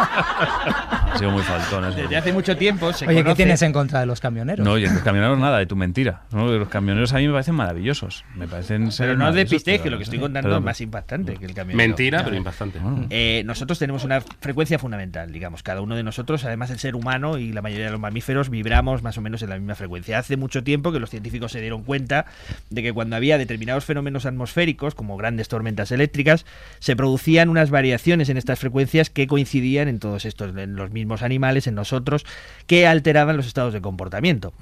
S1: Ha sido muy faltón eso.
S5: Desde hace mucho tiempo se
S6: Oye, ¿qué
S5: conoce-
S6: tienes en contra de los camioneros?
S1: No, oye, los camioneros nada, de tu mentira. No, de los camioneros a mí me parecen maravilloso. Me parecen ser
S5: Pero no os
S1: maravillosos,
S5: despistéis,
S1: pero-
S5: que lo que estoy contando
S1: Perdón.
S5: es más impactante que el camionero.
S2: Mentira,
S5: Ya.
S2: pero impactante.
S5: Eh, nosotros tenemos una frecuencia fundamental, digamos. Cada uno de nosotros, además el ser humano y la mayoría de los mamíferos, vibramos más o menos en la misma frecuencia. Hace mucho tiempo que los científicos se dieron cuenta de que cuando había determinados fenómenos atmosféricos, como grandes tormentas eléctricas, se producían unas variaciones en estas frecuencias que coincidían en todos estos, en los mismos animales, en nosotros, que alteraban los estados de comportamiento.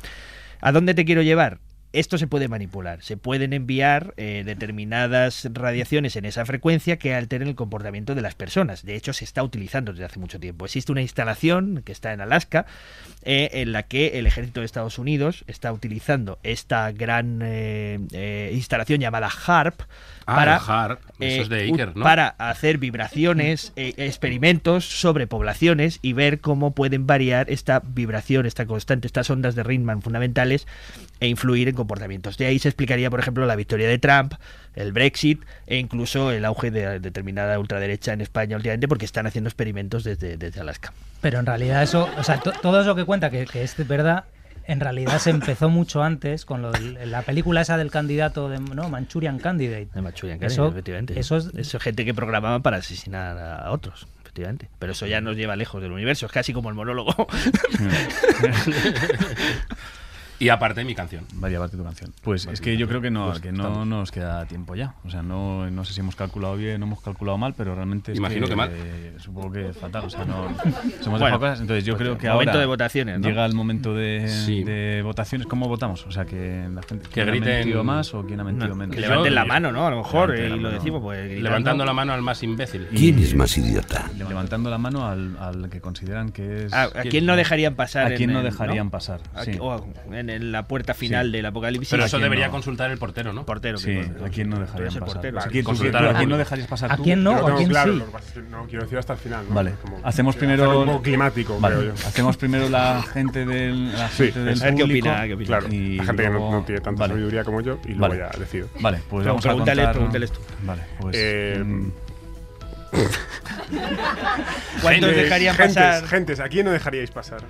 S5: ¿A dónde te quiero llevar? Esto se puede manipular, se pueden enviar eh, determinadas radiaciones en esa frecuencia que alteren el comportamiento de las personas. De hecho, se está utilizando desde hace mucho tiempo. Existe una instalación que está en Alaska eh, en la que el ejército de Estados Unidos está utilizando esta gran eh, eh, instalación llamada HARP
S2: Ah, el HAARP, eso es de
S5: eh, u-
S2: Iker, ¿no?
S5: para hacer vibraciones, eh, experimentos sobre poblaciones y ver cómo pueden variar esta vibración, esta constante, estas ondas de Riemann fundamentales e influir en comportamientos. De ahí se explicaría, por ejemplo, la victoria de Trump, el Brexit e incluso el auge de determinada ultraderecha en España últimamente porque están haciendo experimentos desde, desde Alaska.
S6: Pero en realidad eso, o sea, to- todo eso que cuenta que, que es verdad, en realidad se empezó mucho antes con lo del- la película esa del candidato de ¿no? Manchurian Candidate.
S5: De Manchuria,
S6: Eso-
S5: efectivamente.
S6: eso es-
S5: Eso es gente que programaban para asesinar a otros. Efectivamente. Pero eso ya nos lleva lejos del universo, es casi como el monólogo.
S2: Y aparte mi canción.
S1: Vaya, aparte tu canción. Pues
S2: Aparte
S1: es
S2: tu
S1: que yo
S2: canción.
S1: creo que no,
S2: Pues
S1: que no
S2: estamos.
S1: nos queda tiempo ya. O sea, no, no sé si hemos calculado bien, no hemos calculado mal, pero realmente es
S2: Imagino que mal.
S1: eh, supongo que fatal. O sea, no, se hemos
S5: Bueno,
S1: dejado cosas. Entonces yo
S5: pues,
S1: creo que
S5: momento
S1: ahora
S5: de votaciones, ¿no?
S1: llega el momento de,
S2: Sí.
S1: de votaciones. ¿cómo votamos? O sea, que la gente
S2: Que
S1: ¿quién
S2: griten-
S1: ha mentido más o quién ha mentido
S5: No,
S1: menos.
S5: que levanten la
S2: Yo-
S5: mano, ¿no? A lo mejor,
S1: Levanten
S5: eh,
S1: la
S5: y lo
S1: mano.
S5: decimos, pues gritando.
S2: Levantando la mano al más imbécil.
S4: ¿Quién es más idiota?
S1: Levantando la mano al, al que consideran que es...
S5: Ah, ¿A, a quién no dejarían pasar?
S1: ¿A quién
S5: en
S1: no
S5: el-
S1: dejarían pasar?
S5: A-
S1: Sí.
S5: o a- en, el- la puerta final
S1: Sí.
S5: del apocalipsis.
S2: Pero
S5: ¿a
S2: eso
S5: quién
S2: debería
S5: no?
S2: consultar el portero, ¿no?
S5: Portero.
S1: Sí,
S5: que-
S1: ¿a quién no
S5: tú eres
S1: dejarían
S5: el
S1: pasar?
S5: portero.
S1: ¿A
S5: Vale.
S1: quién, tú-
S2: consultar
S1: tú- a
S2: al
S1: quién no
S2: público.
S1: dejarías pasar
S6: ¿A
S1: tú?
S6: quién no
S11: Yo
S6: o a
S11: tengo
S6: quién
S11: claro,
S6: sí?
S11: lo que pasa es que no quiero decir hasta el final. ¿no?
S1: Vale.
S11: Como-
S1: Hacemos
S11: quiero hacer
S1: primero-
S11: Un poco climático,
S1: Vale,
S11: creo yo.
S1: Hacemos primero la gente del, la
S11: Sí,
S1: gente del
S11: a ver
S5: qué
S1: público.
S5: opina, qué opina.
S11: Claro,
S1: Y
S11: la gente que no,
S1: luego-
S11: no tiene tanta
S1: vale.
S11: sabiduría como yo y luego
S1: Vale.
S11: ya decido.
S1: Vale, pues
S5: Pero
S1: vamos a
S5: pregúntale,
S1: contar...
S5: pregúntales tú.
S1: Vale, pues...
S11: Eh,
S1: mm,
S5: ¿Cuántos
S11: Gentes,
S5: dejarían
S11: gentes,
S5: pasar?
S11: Gentes, ¿a quién no dejaríais pasar?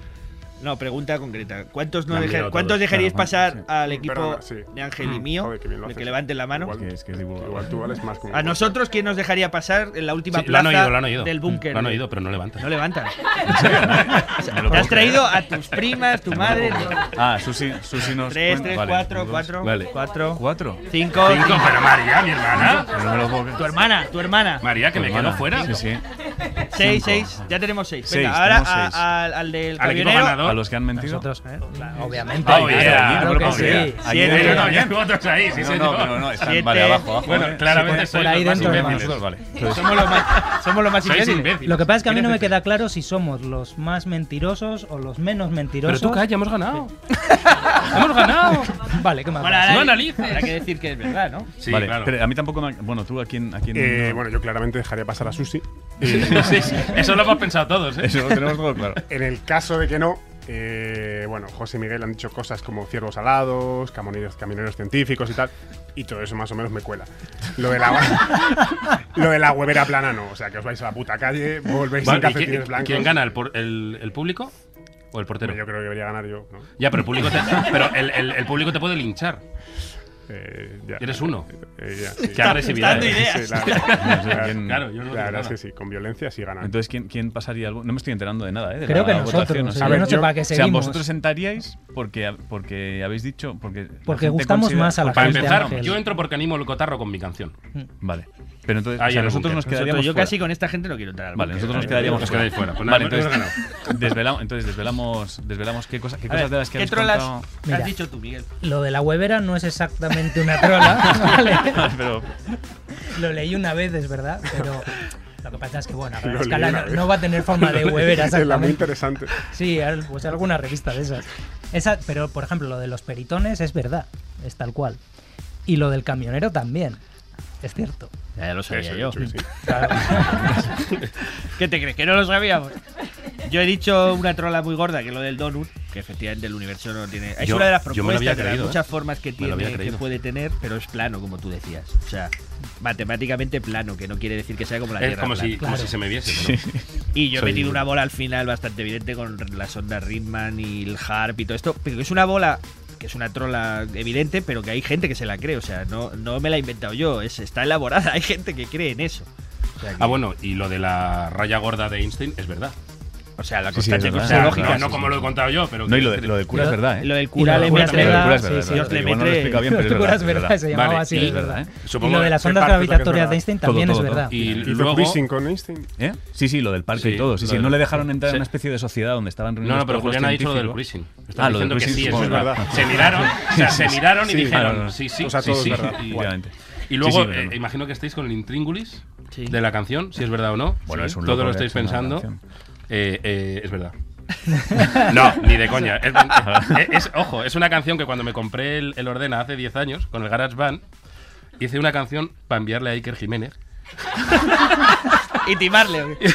S5: No, pregunta concreta. ¿Cuántos, no
S1: La han
S5: dejar-
S1: liado
S5: ¿cuántos
S1: todos.
S5: dejaríais
S1: Claro,
S5: pasar
S1: sí.
S5: al equipo
S11: Perdona, sí.
S5: de Ángel y
S11: Mm,
S5: mío?
S11: joder, qué bien lo
S5: de que
S11: haces.
S5: levanten la mano.
S11: Igual tú vales más como.
S5: A nosotros, ¿quién nos dejaría pasar en la última
S2: Sí, lo
S5: plaza
S2: han oído, lo han oído.
S5: del búnker?
S2: Lo han oído, pero no levanta.
S5: No levantan.
S1: Me lo
S5: Te has
S1: puedo creer.
S5: traído a tus primas, tu
S1: No me
S5: madre.
S1: lo puedo creer. Ah, Susi, Susi nos.
S5: Tres,
S1: cuenta-
S5: tres,
S1: vale,
S5: cuatro,
S1: dos.
S5: cuatro,
S1: Vale.
S5: cuatro.
S1: ¿Cuatro?
S5: Cinco.
S2: Cinco, pero María, mi hermana.
S1: Pero no me lo puedo creer.
S5: Tu hermana, tu hermana.
S2: María, que me
S1: Hermana.
S2: quedo fuera.
S1: Sí, sí.
S5: Seis,
S1: Cinco.
S5: seis. Ya tenemos seis.
S1: Seis,
S5: Venga, ahora
S1: tenemos
S5: a-
S1: seis.
S5: a- al del
S1: Al equipo
S5: camionero.
S1: ganador. A los que han mentido. Ah,
S6: Nosotros, ¿eh? Claro, obviamente.
S2: Oh, yeah.
S1: Claro que
S2: Oh,
S1: sí.
S2: yeah.
S1: Siete.
S2: Siete. No, no, ya otros ahí,
S1: No,
S2: sí,
S1: no,
S2: señor.
S1: pero no, están- Siete. vale, abajo, abajo,
S2: Bueno,
S1: ¿eh?
S2: claramente
S1: Sí,
S2: sois
S1: por ahí
S2: los más
S1: dentro de
S2: imbéciles.
S1: nosotros, vale.
S5: Somos los más, somos los más
S2: Sois
S5: imbéciles.
S2: imbéciles.
S6: Lo que pasa es que a mí no me
S2: Imbéciles.
S6: queda claro si somos los más mentirosos o los menos mentirosos.
S2: Pero tú calla, hemos ganado.
S6: ¡Hemos ganado! Vale, ¿qué más?
S5: Bueno, ahora
S6: da?
S5: hay- Habrá que decir que es verdad, ¿no?
S1: vale, pero a mí tampoco me. Bueno, tú a quién. A quién
S11: Eh,
S1: no?
S11: Bueno, yo claramente dejaría pasar a Susi.
S2: Sí, sí, eso lo hemos pensado todos, ¿eh?
S1: Eso lo tenemos todo claro.
S11: En el caso de que no, eh, bueno, José y Miguel han dicho cosas como ciervos alados, camioneros, camioneros científicos y tal, y todo eso más o menos me cuela. Lo de la, lo de la huevera plana no, o sea, que os vais a la puta calle, volvéis sin
S2: Vale, ¿y
S11: calcetines
S2: quién,
S11: blancos.
S2: quién gana? ¿El, por- el- el público o el portero?
S11: Hombre, Yo creo que debería ganar yo, ¿no?
S2: Ya, pero el público te, pero el, el- el público te puede linchar.
S11: Eh, ya.
S2: Eres uno.
S11: Eh, ya, sí.
S2: Qué agresividad.
S5: dando
S2: ¿eh?
S5: ideas.
S11: Sí, la-
S1: No sé
S11: la-
S1: quién-
S2: Claro, yo no digo
S11: la verdad es
S2: nada.
S11: que sí, con violencia sí ganan.
S1: Entonces, ¿quién, quién pasaría algo? No me estoy enterando de nada, ¿eh? de
S6: Creo
S1: la
S6: que nosotros,
S1: votación,
S6: o
S1: así
S6: sea,
S1: que-
S6: yo no sé para qué
S1: O sea,
S6: seguimos.
S1: vosotros sentaríais porque, porque habéis dicho. Porque, la
S6: Porque
S1: gente
S6: gustamos
S1: considera-
S6: más a la
S2: Para
S6: gente,
S2: empezar,
S6: Ángel.
S2: yo entro porque animo el cotarro con mi canción.
S1: Vale. Pero entonces,
S2: Ah,
S1: o
S2: ya
S1: sea,
S2: lo
S1: nosotros nos
S2: busqué. Nosotros-
S1: quedaríamos.
S5: Nosotros- yo
S1: fuera.
S5: casi con esta gente no quiero entrar al
S1: Vale,
S5: búnker,
S1: nosotros nos
S5: ¿sabes?
S1: quedaríamos
S2: Os
S1: fuera.
S2: quedáis fuera. Pues nada,
S1: vale,
S2: hemos
S1: entonces, desvelamos, entonces desvelamos, desvelamos qué, cosa, qué
S5: A
S1: cosas
S5: ver,
S1: de las que
S5: ¿Qué
S1: habéis
S5: trolas
S1: contado.
S5: has
S6: Mira.
S5: dicho tú, Miguel?
S6: Lo de la huevera no es exactamente una trola, ¿vale?
S1: Pero
S6: Lo leí una vez, es verdad, pero lo que pasa es que, bueno, a gran
S11: Lo leí
S6: escala
S11: una
S6: no,
S11: vez.
S6: no va a tener forma de huevera,
S11: Es la muy
S6: exactamente.
S11: interesante.
S6: Sí, al- pues alguna revista de esas. Esa, pero, por ejemplo, lo de los peritones es verdad, es tal cual. Y lo del camionero también, es cierto.
S5: Ya, ya lo sabía
S11: Eso,
S5: yo.
S11: yo sí.
S6: Claro.
S5: ¿Qué te crees? ¿Que no lo sabíamos? Yo he dicho una trola muy gorda, que es lo del donut, que efectivamente el universo no tiene... Es
S2: Yo-
S5: una de las
S2: yo me lo
S5: propuestas,
S2: había
S5: de las
S2: creído,
S5: muchas
S2: ¿eh?
S5: formas
S2: Me
S5: que,
S2: lo
S5: tiene,
S2: había
S5: que
S2: creído.
S5: puede tener, pero es plano, como tú decías. O sea, matemáticamente plano, que no quiere decir que sea como la
S2: Es
S5: Tierra
S2: como
S5: plana.
S2: si, como si se me viese. ¿no?
S5: Y yo he
S2: Soy-
S5: metido una bola al final bastante evidente con las ondas Ritman y el Harp y todo esto. Pero es una bola que es una trola evidente, pero que hay gente que se la cree. O sea, no, no me la he inventado yo. Es, está elaborada. Hay gente que cree en eso. O sea, que-
S2: Ah, bueno, y lo de la raya gorda de Einstein es verdad.
S5: o sea la
S1: Sí, sí, es
S5: constante
S1: verdad.
S5: cosmológica.
S2: No,
S1: sí,
S2: no
S1: sí,
S2: como
S1: sí.
S2: lo he contado yo, pero.
S1: No, y lo, de, lo del cura es verdad, ¿eh?
S5: Lo del
S6: Y
S5: cura
S6: lo del
S5: le
S6: cura
S5: metre-
S6: es verdad,
S1: Lo del cura es
S6: sí,
S1: verdad,
S6: sí,
S1: es
S5: Dios
S1: verdad.
S5: le
S1: Igual no lo he
S5: metre-
S1: explicado bien,
S6: Lo
S1: pero es
S6: del cura
S1: verdad,
S6: es verdad, se llamaba
S2: Vale,
S6: así,
S2: y-
S6: es verdad.
S1: ¿eh?
S6: Y
S2: Supongo
S6: lo de
S2: que-
S6: las
S11: el
S6: ondas
S11: parto, creo que es
S6: gravitatorias de
S11: verdad.
S6: Einstein
S1: Todo,
S6: también
S1: todo,
S6: es
S1: todo.
S6: verdad.
S2: Y
S11: Hizo
S2: luego.
S11: freezing con Einstein.
S1: ¿Eh? Sí, sí, lo del parque
S2: Sí,
S1: y todo. Sí,
S2: lo
S1: sí,
S2: del-
S1: no le dejaron entrar
S2: Sí.
S1: en una especie de sociedad donde estaban
S2: No,
S1: reunidos.
S2: no, pero
S1: todos los
S2: Julián ha dicho lo del
S1: científicos.
S2: cruising. Está
S1: Ah, lo del
S2: diciendo que
S1: cruising,
S2: sí,
S1: supongo,
S2: eso es verdad.
S1: verdad.
S2: Se miraron, o sea, se miraron
S11: Sí,
S2: y
S1: ah, no,
S2: dijeron,
S1: no.
S2: sí, sí,
S11: O sea,
S2: sí,
S11: todo es
S2: sí.
S11: verdad.
S2: Y-
S1: Efectivamente.
S2: Y luego,
S1: Sí, sí,
S2: eh,
S1: pero no.
S2: imagino que estáis con el intríngulis
S5: Sí.
S2: de la canción, si es verdad o no.
S1: Bueno, es un
S2: Todo
S1: loco
S2: lo
S1: que
S2: estáis
S1: ha hecho una
S2: pensando.
S1: canción.
S2: Eh, eh, es verdad. no, ni de coña. Es, es- ojo, es una canción que cuando me compré el, el Ordena hace 10 años, con el Garage Band, hice una canción para enviarle a Iker Jiménez.
S5: Y timarle. ¿o qué?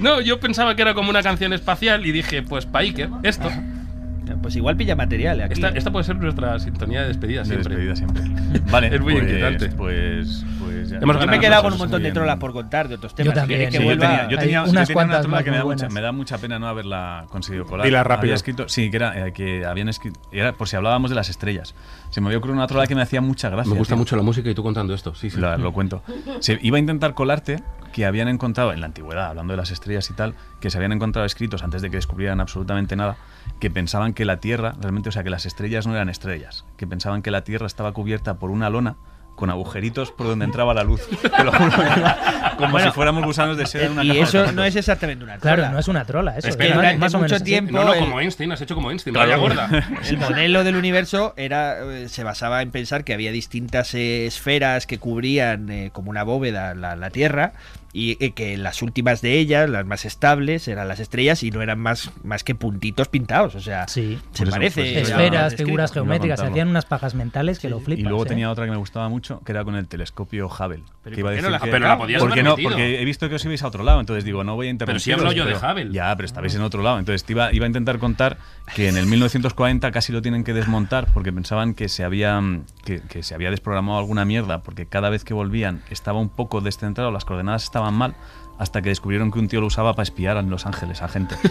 S2: No, yo pensaba que era como una canción espacial y dije, pues para Iker, esto.
S5: Pues igual pilla material aquí.
S2: Esta, esta puede ser nuestra sintonía de despedida
S1: Mm. De
S2: siempre.
S1: despedida siempre. Vale.
S2: Es muy
S1: pues-
S2: inquietante.
S1: Pues, pues ya.
S2: Hemos
S5: Yo me he
S2: ganado
S5: quedado
S2: nosotros,
S5: con un
S1: muy
S5: montón de
S1: bien.
S5: trolas por contar de otros temas.
S6: Yo
S5: Si
S6: también,
S5: queréis que
S1: Sí, yo
S5: vuelva-
S1: tenía, yo
S6: Hay
S1: tenía, yo
S6: unas
S1: tenía una
S6: cuantas
S1: trola
S6: más
S1: que me
S6: muy
S1: da, mucha,
S6: buenas.
S1: me da mucha pena no haberla conseguido colar.
S11: Dila rápido.
S1: Había escrito, sí, que era eh, que habían escrito, era por si hablábamos de las estrellas. Se me había ocurrido una trola que me hacía mucha gracia.
S2: Me gusta
S1: tío.
S2: mucho la música y tú contando esto. Sí, sí.
S1: Lo, lo cuento. Se iba a intentar colarte que habían encontrado en la antigüedad, hablando de las estrellas y tal, que se habían encontrado escritos antes de que descubrieran absolutamente nada, que pensaban que la Tierra, realmente, o sea, que las estrellas no eran estrellas, que pensaban que la Tierra estaba cubierta por una lona con agujeritos por donde entraba la luz. Te lo juro, como
S5: Bueno,
S1: si fuéramos gusanos de seda en una
S5: Y
S1: caja de
S5: eso
S1: zapatos.
S5: no es exactamente una trola.
S6: Claro, no es una trola, eso. ¿eh?
S5: Es
S2: que
S6: más-
S5: durante
S6: más o
S5: mucho
S6: menos así.
S5: tiempo-
S2: No, no,
S5: el-
S2: como Einstein, has hecho como Einstein,
S1: Claro.
S2: vaya gorda.
S5: El modelo del universo era eh, se basaba en pensar que había distintas eh, esferas que cubrían eh, como una bóveda la, la Tierra y eh, que las últimas de ellas, las más estables, eran las estrellas y no eran más, más que puntitos pintados. O sea,
S6: Sí.
S5: se
S1: Por eso,
S5: parece.
S1: pues, eso
S5: a- a-
S6: Esferas,
S5: escrito.
S6: figuras
S1: Iba a
S6: geométricas, se
S1: contarlo.
S6: hacían unas pajas mentales que lo flipas.
S1: Y luego
S6: ¿eh?
S1: tenía otra que me gustaba mucho, que era con el telescopio Hubble.
S5: Pero
S1: que
S5: ¿y
S1: iba a
S5: por qué
S1: decir
S5: no la-
S1: que-
S2: pero la podías
S1: ¿Por qué
S2: haber
S1: no?
S2: metido.
S1: Porque he visto que os ibais a otro lado, entonces digo, no voy a interrumpir.
S2: si he hablado yo de Hubble.
S1: Ya, pero estabais en otro lado. Entonces te iba, iba a intentar contar que en el 1940 casi lo tienen que desmontar porque pensaban que se había, que, que se había desprogramado alguna mierda porque cada vez que volvían estaba un poco descentrado, las coordenadas estaban mal. hasta que descubrieron que un tío lo usaba para espiar en Los Ángeles a gente. Sí,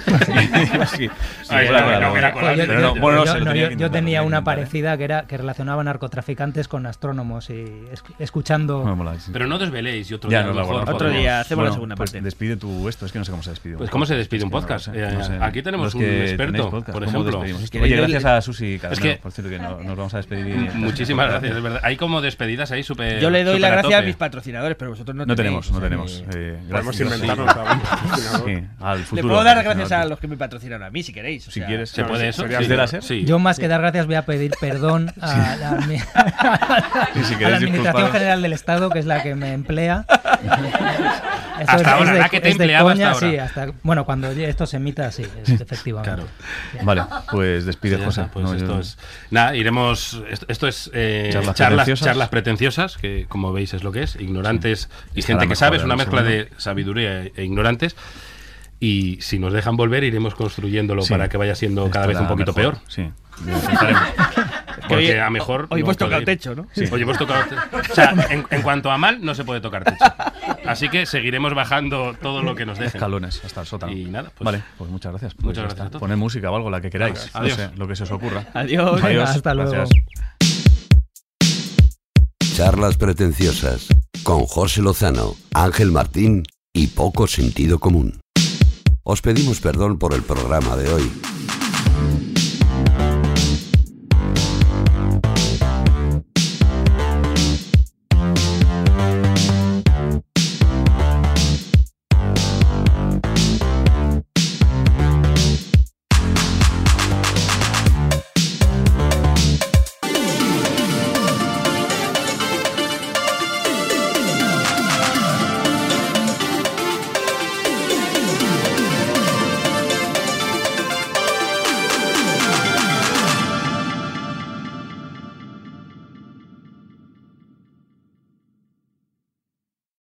S1: sí,
S6: Ay,
S1: por la
S6: no,
S1: cola,
S6: no,
S1: por la
S6: no,
S1: cola.
S6: yo-
S1: Pero no,
S6: yo-
S1: bueno, no
S6: yo-
S1: sé, lo
S6: no,
S1: tenía
S6: yo-
S1: que
S6: Yo
S1: intentar,
S6: tenía
S1: lo
S6: una
S1: que ¿eh? intentar.
S6: parecida que era que relacionaba narcotraficantes con astrónomos y es- escuchando.
S1: No, mola, sí.
S2: Pero no desveléis y otro
S1: Ya,
S2: día.
S1: no
S2: a lo
S1: la
S2: mejor
S1: guardamos.
S2: podemos-
S1: Bueno, pues Despide tú esto, es que no sé cómo se despide. un
S2: Pues,
S1: podcast.
S2: ¿cómo se despide
S1: Es
S2: un
S1: que no lo
S2: podcast?
S1: sé,
S2: Eh,
S1: no sé.
S2: aquí tenemos
S1: Los
S2: un
S1: que
S2: experto,
S1: tenéis podcast,
S2: por
S1: ¿cómo
S2: ejemplo.
S1: despedimos esto?
S2: Es que
S1: Oye,
S2: no-
S1: gracias a Susi
S2: Es
S1: Caramelo,
S2: que-
S1: por cierto, que no- nos vamos a despedir. y-
S2: Muchísimas gracias, es verdad. Hay como despedidas ahí súper.
S1: Eh,
S5: Yo le doy
S2: súper
S5: la gracia a
S2: tope.
S5: mis patrocinadores, pero vosotros no,
S1: No tenemos, no
S5: tenéis,
S1: tenemos.
S5: o sea,
S1: Eh,
S5: que-
S1: gracias. Sí. Sí, al
S5: Le
S1: futuro
S5: puedo dar
S1: patrocinador.
S5: gracias a los que me patrocinaron a mí, si queréis. o
S1: Si
S5: sea.
S1: quieres. ¿Se puede eso?
S5: sería
S1: ¿Es de
S5: así.
S1: láser? Sí.
S6: Yo más que dar gracias voy a pedir perdón a, la, admi- a
S1: Sí, si
S6: la
S1: queréis
S6: Administración
S1: disculparos.
S6: General del Estado, que es la que me emplea.
S2: Hasta ahora, la que te
S6: es de
S2: empleaba
S6: coña,
S2: hasta
S6: sí,
S2: ahora.
S6: hasta- bueno, cuando esto se emita, sí, es- efectivamente.
S1: Vale, pues despide
S2: Sí, ya
S1: José.
S2: está, pues
S1: No, yo-
S2: esto es- nada, iremos. Esto, esto es eh,
S1: Charlas
S2: charlas,
S1: pretenciosas.
S2: charlas, pretenciosas, que como veis es lo que es. Ignorantes
S1: Y
S2: y
S1: estará
S2: gente que
S1: mejor
S2: sabe, es
S1: en
S2: una
S1: un
S2: mezcla de
S1: segundo.
S2: sabiduría e, e ignorantes. Y si nos dejan volver, iremos construyéndolo
S1: Sí.
S2: para que vaya siendo cada
S1: Estará
S2: vez un poquito
S1: mejor,
S2: peor.
S1: sí.
S2: Lo intentaremos.
S5: hoy-
S2: Porque a mejor.
S5: hoy
S2: no
S5: hemos tocado
S2: puede ir.
S5: techo, ¿no?
S2: Sí.
S5: Sí.
S2: Hoy hemos tocado techo. O sea, en, en cuanto a mal, no se puede tocar techo. Así que seguiremos bajando todo lo que nos dejen.
S1: Escalones hasta el sótano.
S2: Y nada, pues.
S1: vale, pues muchas gracias. Pues
S2: Muchas
S1: ya
S2: gracias
S1: está.
S2: a todos.
S1: Poner música o algo, la que queráis.
S2: Venga, adiós.
S1: No sé, lo que se os ocurra.
S5: Adiós.
S1: Adiós.
S6: Hasta luego.
S1: Gracias.
S4: Charlas pretenciosas con José Lozano, Ángel Martín y poco sentido común. Os pedimos perdón por el programa de hoy.